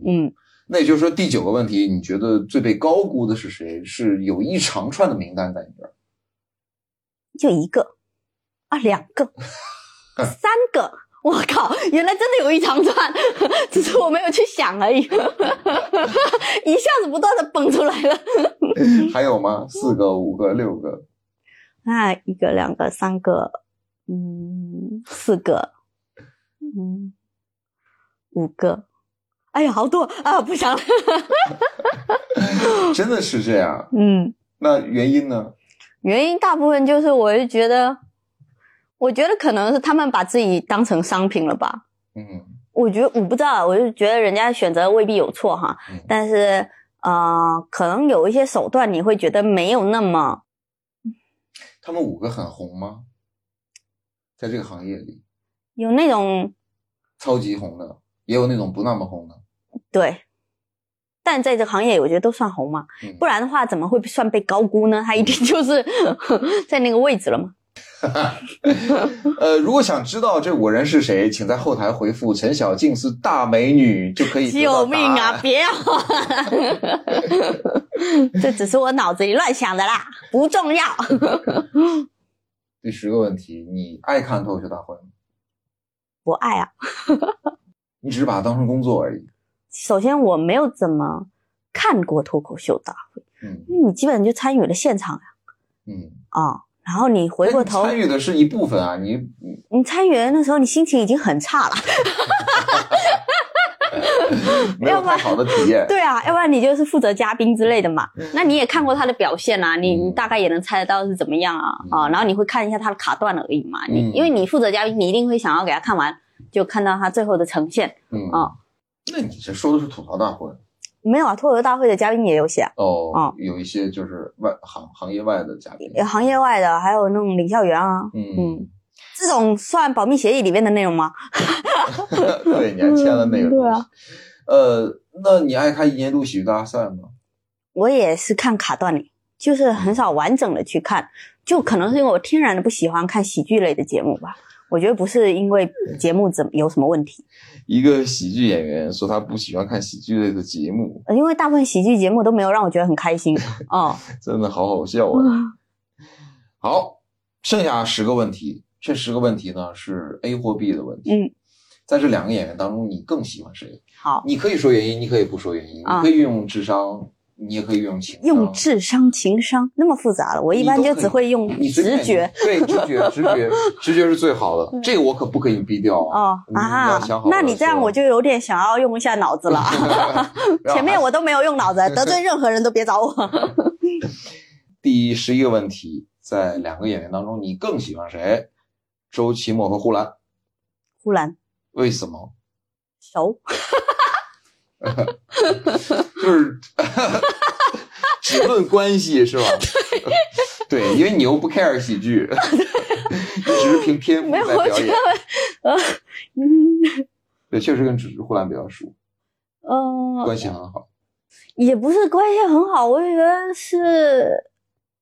[SPEAKER 4] 嗯，
[SPEAKER 3] 那也就是说，第九个问题，你觉得最被高估的是谁？是有一长串的名单在你这儿。
[SPEAKER 4] 就一个啊，两个， 三个，我靠，原来真的有一长串， 只是我没有去想而已， 一下子不断的蹦出来了。
[SPEAKER 3] 还有吗？四个、五个、六个？
[SPEAKER 4] 那一个、两个、三个，嗯，四个，嗯，五个，哎呀，好多啊！不想了，
[SPEAKER 3] 真的是这样？
[SPEAKER 4] 嗯，
[SPEAKER 3] 那原因呢？
[SPEAKER 4] 原因大部分就是我就觉得，我觉得可能是他们把自己当成商品了吧。
[SPEAKER 3] 嗯
[SPEAKER 4] 我觉得我不知道，我就觉得人家选择未必有错哈
[SPEAKER 3] 嗯，
[SPEAKER 4] 但是呃，可能有一些手段你会觉得没有那么
[SPEAKER 3] 他们五个很红吗？在这个行业里，
[SPEAKER 4] 有那种
[SPEAKER 3] 超级红的，也有那种不那么红的。
[SPEAKER 4] 对，但在这个行业我觉得都算红嘛。
[SPEAKER 3] 嗯、
[SPEAKER 4] 不然的话怎么会算被高估呢？他一定就是 在那个位置了嘛。
[SPEAKER 3] 呃，如果想知道这五个人是谁，请在后台回复“陈小静是大美女”就可以得到
[SPEAKER 4] 救
[SPEAKER 3] 答
[SPEAKER 4] 命啊！
[SPEAKER 3] 案！
[SPEAKER 4] 别啊！ 这只是我脑子里乱想的啦，不重要。
[SPEAKER 3] 第十个问题，你爱看脱口秀大会吗？
[SPEAKER 4] 不爱啊。
[SPEAKER 3] 你只是把它当成工作而已。
[SPEAKER 4] 首先我没有怎么看过脱口秀的，
[SPEAKER 3] 嗯
[SPEAKER 4] 因为你基本就参与了现场呀
[SPEAKER 3] 嗯。
[SPEAKER 4] 啊、然后你回过头，
[SPEAKER 3] 但你参与的是一部分啊，你
[SPEAKER 4] 你参与的那时候，你心情已经很差了。
[SPEAKER 3] 没有
[SPEAKER 4] 要不
[SPEAKER 3] 太
[SPEAKER 4] 然
[SPEAKER 3] 好的体验。
[SPEAKER 4] 对啊，要不然你就是负责嘉宾之类的嘛。那你也看过他的表现啊，你
[SPEAKER 3] 嗯
[SPEAKER 4] 你大概也能猜得到是怎么样啊
[SPEAKER 3] 嗯
[SPEAKER 4] 啊，然后你会看一下他的卡段而已嘛。你
[SPEAKER 3] 嗯
[SPEAKER 4] 因为你负责嘉宾，你一定会想要给他看完，就看到他最后的呈现。
[SPEAKER 3] 嗯
[SPEAKER 4] 哦
[SPEAKER 3] 那你这说的是吐槽大会
[SPEAKER 4] 没有啊，脱口秀大会的嘉宾也有写啊，
[SPEAKER 3] 哦，
[SPEAKER 4] 哦
[SPEAKER 3] 有一些就是外行行业外的嘉宾，
[SPEAKER 4] 有行业外的，还有那种领校园啊，
[SPEAKER 3] 嗯，
[SPEAKER 4] 这种算保密协议里面的内容吗？
[SPEAKER 3] 对，你还签了那个
[SPEAKER 4] 嗯对啊
[SPEAKER 3] 东西。呃，那你爱看一年一度喜剧大赛吗？
[SPEAKER 4] 我也是看卡段里，就是很少完整的去看，就可能是因为我天然的不喜欢看喜剧类的节目吧。我觉得不是因为节目怎么有什么问题，
[SPEAKER 5] 一个喜剧演员说他不喜欢看喜剧类的节目，
[SPEAKER 4] 呃因为大部分喜剧节目都没有让我觉得很 开心哦。
[SPEAKER 5] 真的好好笑啊！
[SPEAKER 4] 嗯
[SPEAKER 5] 好，
[SPEAKER 3] 剩下十个问题，这十个问题呢是 A 或 B 的问题。
[SPEAKER 4] 嗯，
[SPEAKER 3] 在这两个演员当中，你更喜欢谁？
[SPEAKER 4] 好，
[SPEAKER 3] 你可以说原因，你可以不说原因，
[SPEAKER 4] 啊
[SPEAKER 3] 你可以运用智商，你也可以运用情商，
[SPEAKER 4] 用智商、情商那么复杂了，我一般就只会用
[SPEAKER 3] 你随便
[SPEAKER 4] 直觉。，嗯
[SPEAKER 3] 对直 觉，直觉，直觉是最好的。这个我可不可以逼掉啊？
[SPEAKER 4] 哦
[SPEAKER 3] 你你
[SPEAKER 4] 啊
[SPEAKER 3] 要想好，
[SPEAKER 4] 那你这样
[SPEAKER 3] 说
[SPEAKER 4] 我就有点想要用一下脑子了。 前面我都没有用脑子，得罪任何人都别找我。
[SPEAKER 3] 第十一个问题，在两个演员当中，你更喜欢谁？周奇墨和呼兰，
[SPEAKER 4] 忽然
[SPEAKER 3] 为什么？
[SPEAKER 4] 熟，
[SPEAKER 3] 就是 只论关系是吧？
[SPEAKER 6] 对，因为你又不 care 喜剧， 你只是凭天赋
[SPEAKER 4] 啊没有，
[SPEAKER 6] 来
[SPEAKER 4] 我
[SPEAKER 6] 表
[SPEAKER 4] 觉
[SPEAKER 6] 演。
[SPEAKER 4] 得，呃，嗯
[SPEAKER 6] 对，确实跟指呼兰比较熟，
[SPEAKER 3] 呃
[SPEAKER 4] 嗯、
[SPEAKER 6] 关系很好。
[SPEAKER 4] 也不是关系很好，我觉得是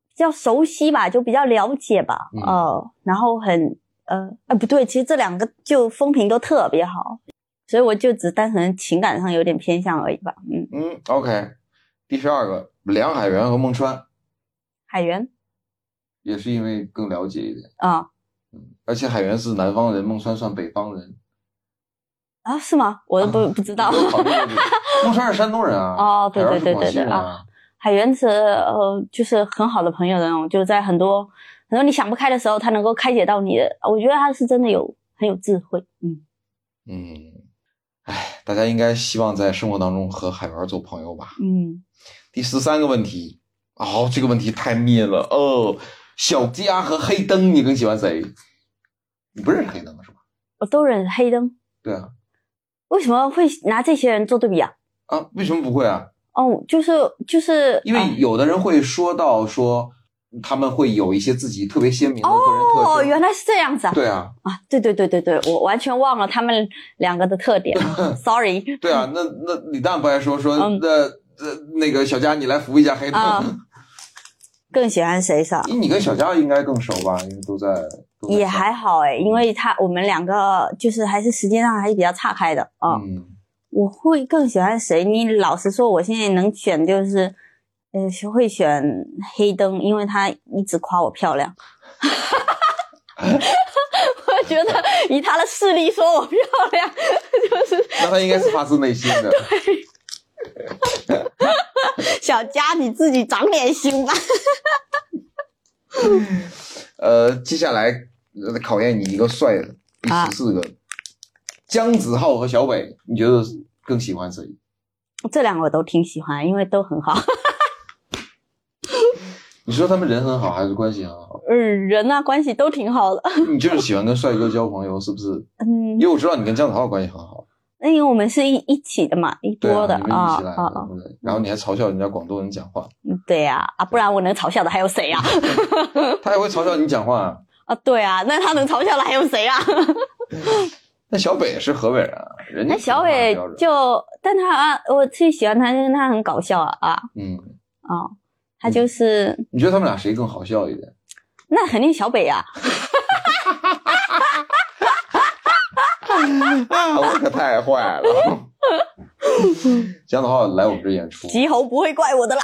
[SPEAKER 4] 比较熟悉吧，就比较了解吧，
[SPEAKER 6] 嗯
[SPEAKER 4] 呃，然后很呃，哎不对，其实这两个就风评都特别好，所以我就只单纯情感上有点偏向而已吧，嗯，
[SPEAKER 3] 嗯，OK。第十二个，梁海源和孟川
[SPEAKER 4] 海源
[SPEAKER 3] 也是因为更了解一点，
[SPEAKER 4] 啊
[SPEAKER 3] 而且海源是南方人，孟川算北方人。
[SPEAKER 4] 啊是吗？我都不、不知道
[SPEAKER 3] 没，有考虑过这个 孟川是山东人啊，
[SPEAKER 4] 哦对
[SPEAKER 3] 海源是
[SPEAKER 4] 对对
[SPEAKER 3] 广西
[SPEAKER 4] 对对
[SPEAKER 3] 人啊，
[SPEAKER 4] 海源是呃，就是很好的朋友的那种，就在很多很多你想不开的时候，他能够开解到你的。我觉得他是真的有很有智慧，嗯，
[SPEAKER 3] 嗯，哎，大家应该希望在生活当中和海源做朋友吧。
[SPEAKER 4] 嗯，
[SPEAKER 3] 第十三个问题，哦，这个问题太灭了哦。小佳和黑灯，你更喜欢谁？你不认识黑灯是吧？
[SPEAKER 4] 我都忍黑灯，
[SPEAKER 3] 对啊，
[SPEAKER 4] 为什么会拿这些人做对比啊？
[SPEAKER 3] 啊，为什么不会啊？
[SPEAKER 4] 哦，就是就是，
[SPEAKER 3] 因为
[SPEAKER 4] 啊
[SPEAKER 3] 有的人会说到说，他们会有一些自己特别鲜明的个人特征。
[SPEAKER 4] 哦，原来是这样子啊！
[SPEAKER 3] 对啊，
[SPEAKER 4] 啊，对对对对对，我完全忘了他们两个的特点啊
[SPEAKER 3] 嗯
[SPEAKER 4] ，sorry
[SPEAKER 3] 对啊，那那李诞不还说说
[SPEAKER 4] 嗯
[SPEAKER 3] 那那那个小佳，你来扶一下黑灯。
[SPEAKER 4] 啊。更喜欢谁少？
[SPEAKER 3] 你跟小佳应该更熟吧？因为都在都在
[SPEAKER 4] 嗯也还好哎，因为他我们两个就是还是时间上还是比较岔开的啊。
[SPEAKER 3] 嗯，
[SPEAKER 4] 我会更喜欢谁？你老实说，我现在能选就是，呃，会选黑灯，因为他一直夸我漂亮。 我觉得以他的势力说我漂亮， 就是
[SPEAKER 3] 那他应该是发自内心的。
[SPEAKER 4] 小佳你自己长点心吧。
[SPEAKER 3] 呃，接下来呃考验你一个帅的，第
[SPEAKER 4] 啊
[SPEAKER 3] 十四个，姜子浩和小北，你觉得更喜欢谁？
[SPEAKER 4] 这两个我都挺喜欢，因为都很好。
[SPEAKER 3] 你说他们人很好，还是关系很好？
[SPEAKER 4] 嗯，人啊关系都挺好的。
[SPEAKER 3] 你就是喜欢跟帅哥交朋友，是不是？
[SPEAKER 4] 嗯
[SPEAKER 3] 因，为我知道你跟姜子浩关系很好，
[SPEAKER 4] 那因为我们是一一起的嘛，一
[SPEAKER 3] 对啊，
[SPEAKER 4] 波的
[SPEAKER 3] 你们一
[SPEAKER 4] 啊
[SPEAKER 3] 起来
[SPEAKER 4] 啊
[SPEAKER 3] 的，
[SPEAKER 4] 啊！
[SPEAKER 3] 对不对？然后你还嘲笑人家广东人讲话，
[SPEAKER 4] 嗯对呀啊，不然我能嘲笑的还有谁啊？
[SPEAKER 3] 他还会嘲笑你讲话啊。
[SPEAKER 4] 啊，对啊，那他能嘲笑的还有谁啊？
[SPEAKER 3] 哎 那小北是河北人啊，人家
[SPEAKER 4] 那小伟
[SPEAKER 3] 讲话很标准
[SPEAKER 4] 就，但他啊，我最喜欢他就是他很搞笑啊啊
[SPEAKER 3] 嗯，
[SPEAKER 4] 哦，他就是、
[SPEAKER 3] 你觉得他们俩谁更好笑一点？
[SPEAKER 4] 那肯定小北啊，
[SPEAKER 3] 哦啊， 我可太坏了。姜子浩来我们这演出，
[SPEAKER 4] 吉猴不会怪 我的啦，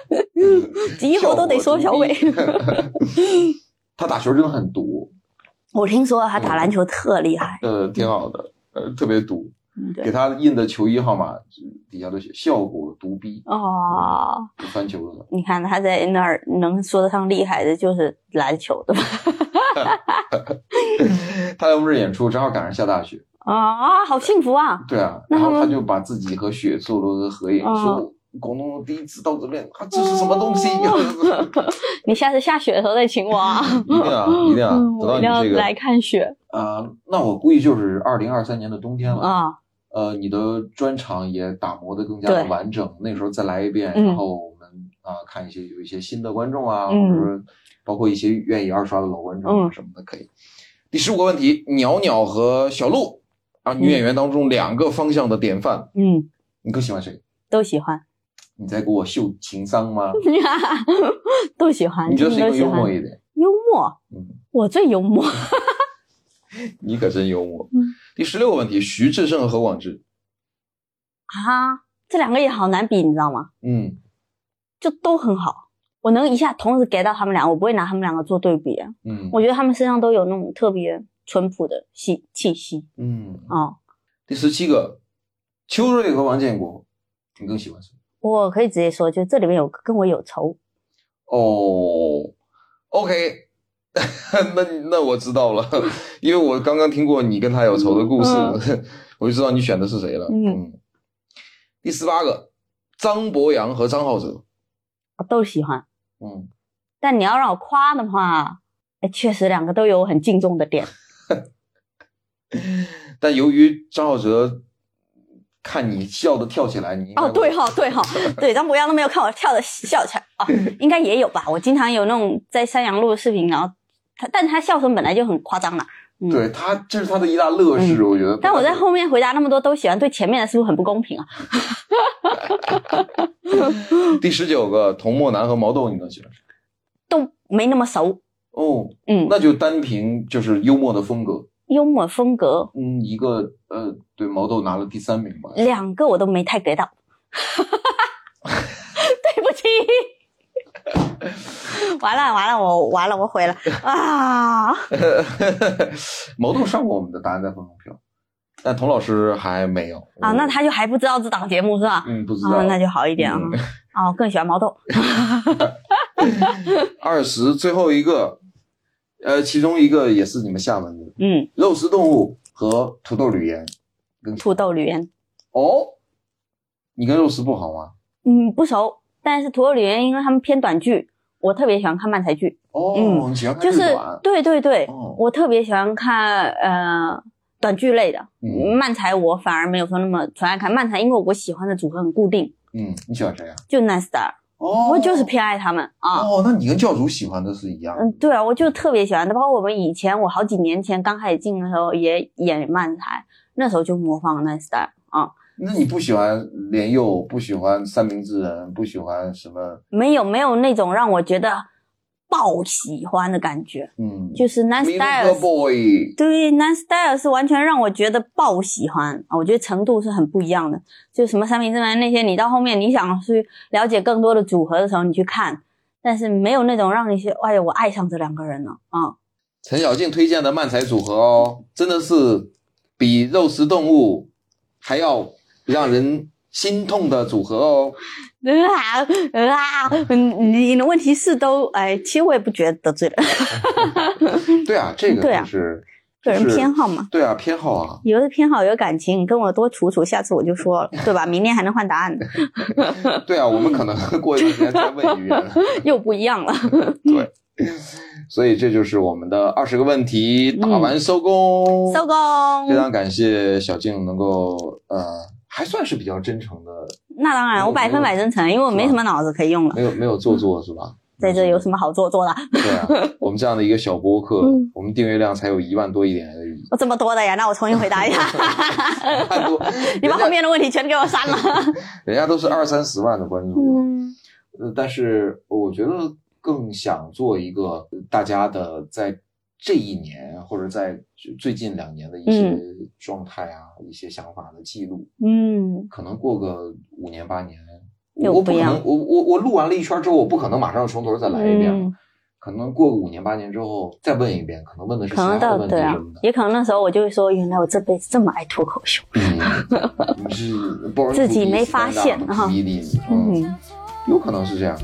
[SPEAKER 4] 吉猴都得说小伟。
[SPEAKER 3] 效果独立。 他打球真的很毒，
[SPEAKER 4] 我听说他打篮球特厉害，
[SPEAKER 3] 呃，挺好的，呃，特别毒。
[SPEAKER 4] 嗯，
[SPEAKER 3] 给
[SPEAKER 4] 对，
[SPEAKER 3] 他印的球衣号码底下都写“效果独逼
[SPEAKER 4] 哦，”，
[SPEAKER 3] 翻球了。
[SPEAKER 4] 你看他在那儿能说得上厉害的，就是篮球的吧？
[SPEAKER 3] 他来我们这演出正好赶上下大雪，
[SPEAKER 4] 啊啊，好幸福啊！
[SPEAKER 3] 对啊，
[SPEAKER 4] 那
[SPEAKER 3] 然
[SPEAKER 4] 他
[SPEAKER 3] 后
[SPEAKER 4] 们
[SPEAKER 3] 他就把自己和雪做了个合影，
[SPEAKER 4] 哦
[SPEAKER 3] 说广东第一次到这边，啊，这是什么东西？
[SPEAKER 4] 嗯你下次下雪的时候再请我啊，
[SPEAKER 3] 一定啊，一定啊
[SPEAKER 4] 嗯，
[SPEAKER 3] 等
[SPEAKER 4] 我
[SPEAKER 3] 到
[SPEAKER 4] 一定要
[SPEAKER 3] 你这个
[SPEAKER 4] 来看雪
[SPEAKER 3] 啊，那我估计就是二零二三年的冬天了
[SPEAKER 4] 啊！
[SPEAKER 3] 呃，你的专场也打磨得更加
[SPEAKER 4] 对
[SPEAKER 3] 的完整，那时候再来一遍，
[SPEAKER 4] 嗯
[SPEAKER 3] 然后我们啊、看一些有一些新的观众啊，
[SPEAKER 4] 嗯
[SPEAKER 3] 或者说包括一些愿意二刷的老观众啊
[SPEAKER 4] 嗯
[SPEAKER 3] 什么的，可以。第十五个问题，袅袅和小鹿啊，女演员当中两个方向的典范，
[SPEAKER 4] 嗯，
[SPEAKER 3] 你更喜欢谁？
[SPEAKER 4] 都喜欢，
[SPEAKER 3] 你在给我秀情商吗？
[SPEAKER 4] 嗯都喜欢，
[SPEAKER 3] 你觉得谁
[SPEAKER 4] 真的
[SPEAKER 3] 更幽
[SPEAKER 4] 都喜欢
[SPEAKER 3] 默。一点？
[SPEAKER 4] 幽默，
[SPEAKER 3] 嗯
[SPEAKER 4] 我最幽默。
[SPEAKER 3] 你可真幽默。
[SPEAKER 4] 嗯
[SPEAKER 3] 第十六个问题，徐志胜和何广智，
[SPEAKER 4] 啊，这两个也好难比，你知道吗？
[SPEAKER 3] 嗯，
[SPEAKER 4] 就都很好，我能一下同时给到他们俩，我不会拿他们两个做对比。啊
[SPEAKER 3] 嗯
[SPEAKER 4] 我觉得他们身上都有那种特别淳朴的气气息
[SPEAKER 3] 嗯，
[SPEAKER 4] 啊、哦
[SPEAKER 3] 第十七个，邱瑞和王建国，你更喜欢谁？
[SPEAKER 4] 我可以直接说，就这里面有跟我有仇，
[SPEAKER 3] 哦，OK，那那我知道了，因为我刚刚听过你跟他有仇的故事， 我就知道你选的是谁了。
[SPEAKER 4] 嗯
[SPEAKER 3] 第十八个，张博洋和张浩哲，
[SPEAKER 4] 我都喜欢。
[SPEAKER 3] 嗯，
[SPEAKER 4] 但你要让我夸的话，哎，确实两个都有我很敬重的点。
[SPEAKER 3] 但由于张浩哲看你笑的跳起来，你应该
[SPEAKER 4] 哦，对哈、对哈、对，张博洋都没有看我跳的笑起来啊，应该也有吧。我经常有那种在山羊录的视频，然后他，但他笑声本来就很夸张啦。嗯
[SPEAKER 3] 对他，这是他的一大乐事，我觉得。
[SPEAKER 4] 但我在后面回答那么多都喜欢，对前面的是不是很不公平啊？
[SPEAKER 3] 第十九个童墨南和毛豆，你能喜欢谁？
[SPEAKER 4] 都没那么熟，
[SPEAKER 3] 哦，
[SPEAKER 4] 嗯，
[SPEAKER 3] 那就单凭就是幽默的风格，
[SPEAKER 4] 幽默风格
[SPEAKER 3] 嗯，一个呃，对，毛豆拿了第三名吧。
[SPEAKER 4] 两个我都没太 get 到， 对不起， 完了完了，我完了，我毁了啊！
[SPEAKER 3] 毛豆上过我们的答案在风中票，但童老师还没有
[SPEAKER 4] 啊，那他就还不知道这档节目是吧？
[SPEAKER 3] 嗯不嗯知
[SPEAKER 4] 啊
[SPEAKER 3] 道，。嗯
[SPEAKER 4] 那就好一点啊。哦，更喜欢毛豆，
[SPEAKER 3] 二十最后一个，呃，其中一个也是你们厦门的
[SPEAKER 4] 嗯，
[SPEAKER 3] 肉食动物和土豆吕岩
[SPEAKER 4] 土豆吕岩，
[SPEAKER 3] 哦，你跟肉食不好吗？
[SPEAKER 4] 嗯，不熟，但是土豆吕岩因为他们偏短剧，我特别喜欢看漫才剧。
[SPEAKER 3] 哦，
[SPEAKER 4] 嗯
[SPEAKER 3] 你喜欢看
[SPEAKER 4] 就
[SPEAKER 3] 日
[SPEAKER 4] 是
[SPEAKER 3] 短
[SPEAKER 4] 对对对，
[SPEAKER 3] 哦
[SPEAKER 4] 我特别喜欢看呃短剧类的，
[SPEAKER 3] 嗯
[SPEAKER 4] 漫才我反而没有说那么纯爱看漫才，因为我喜欢的组合很固定，
[SPEAKER 3] 嗯，你喜欢谁啊？
[SPEAKER 4] 就 Nice Star，、
[SPEAKER 3] 哦，
[SPEAKER 4] 我就是偏爱他们啊。
[SPEAKER 3] 哦，那你跟教主喜欢的是一样的。
[SPEAKER 4] 嗯，对啊，我就特别喜欢的，包括我们以前，我好几年前刚开始进的时候也演漫才，那时候就模仿 Nice Star 啊，
[SPEAKER 3] 那你不喜欢莲佑，不喜欢三明治人，不喜欢什么？
[SPEAKER 4] 没有没有那种让我觉得爆喜欢的感觉，
[SPEAKER 3] 嗯，
[SPEAKER 4] 就是 Nice Star
[SPEAKER 3] Little Boy，
[SPEAKER 4] 对 n a n Style 是完全让我觉得爆喜欢啊！我觉得程度是很不一样的。就什么三明治男那些，你到后面你想去了解更多的组合的时候，你去看，但是没有那种让你说，哎呀，我爱上这两个人了啊！
[SPEAKER 3] 陈小静推荐的漫才组合哦，真的是比肉食动物还要让人心痛的组合哦。
[SPEAKER 4] 啊啊！嗯你的问题是都哎，其实我也不觉得得罪了，
[SPEAKER 3] 对啊，这个
[SPEAKER 4] 对啊
[SPEAKER 3] 就是
[SPEAKER 4] 个人偏好嘛。
[SPEAKER 3] 对啊偏好啊。
[SPEAKER 4] 有的偏好有感情，你跟我多处处，下次我就说了，对吧？明天还能换答案的，
[SPEAKER 3] 对啊，我们可
[SPEAKER 4] 嗯
[SPEAKER 3] 能过一段时间再问一 遍。
[SPEAKER 4] 又不一样了。
[SPEAKER 3] 对，所以这就是我们的二十个问题，打完收工。
[SPEAKER 4] 嗯收工
[SPEAKER 3] 非。常感谢小静能够呃，还算是比较真诚的，
[SPEAKER 4] 那当然，我百分百真诚，因为我没什么脑子可以用了。
[SPEAKER 3] 没有没有做作是吧？
[SPEAKER 4] 在这有什么好做作的？
[SPEAKER 3] 对啊，我们这样的一个小播客，
[SPEAKER 4] 嗯
[SPEAKER 3] 我们订阅量才有一万多一点而已，
[SPEAKER 4] 我这么多的呀，那我重新回答一下，
[SPEAKER 3] 太多。
[SPEAKER 4] 你
[SPEAKER 3] 人
[SPEAKER 4] 把
[SPEAKER 3] 家
[SPEAKER 4] 后面的问题全给我删了。
[SPEAKER 3] 人家都是二三十万的关注，
[SPEAKER 4] 嗯
[SPEAKER 3] 呃，但是我觉得更想做一个大家的在这一年或者在最近两年的一些状态啊、一些想法的记录，
[SPEAKER 4] 嗯，
[SPEAKER 3] 可能过个五年八年。
[SPEAKER 4] 又
[SPEAKER 3] 我
[SPEAKER 4] 不
[SPEAKER 3] 不
[SPEAKER 4] 一
[SPEAKER 3] 可
[SPEAKER 4] 样
[SPEAKER 3] 能，我我我录完了一圈之后，我不可能马上从头再来一遍，
[SPEAKER 4] 嗯
[SPEAKER 3] 可能过个五年八年之后再问一遍，可能问的是其
[SPEAKER 4] 可
[SPEAKER 3] 他
[SPEAKER 4] 能到
[SPEAKER 3] 的问题
[SPEAKER 4] 对啊
[SPEAKER 3] 什 么的，。
[SPEAKER 4] 也可能那时候我就会说，原来我这辈子这么爱脱口秀。
[SPEAKER 3] 嗯，你是 born to be
[SPEAKER 4] 自己没发现
[SPEAKER 3] stand up
[SPEAKER 4] 哈
[SPEAKER 3] comedian，嗯，
[SPEAKER 4] 嗯，
[SPEAKER 3] 有可能是这样。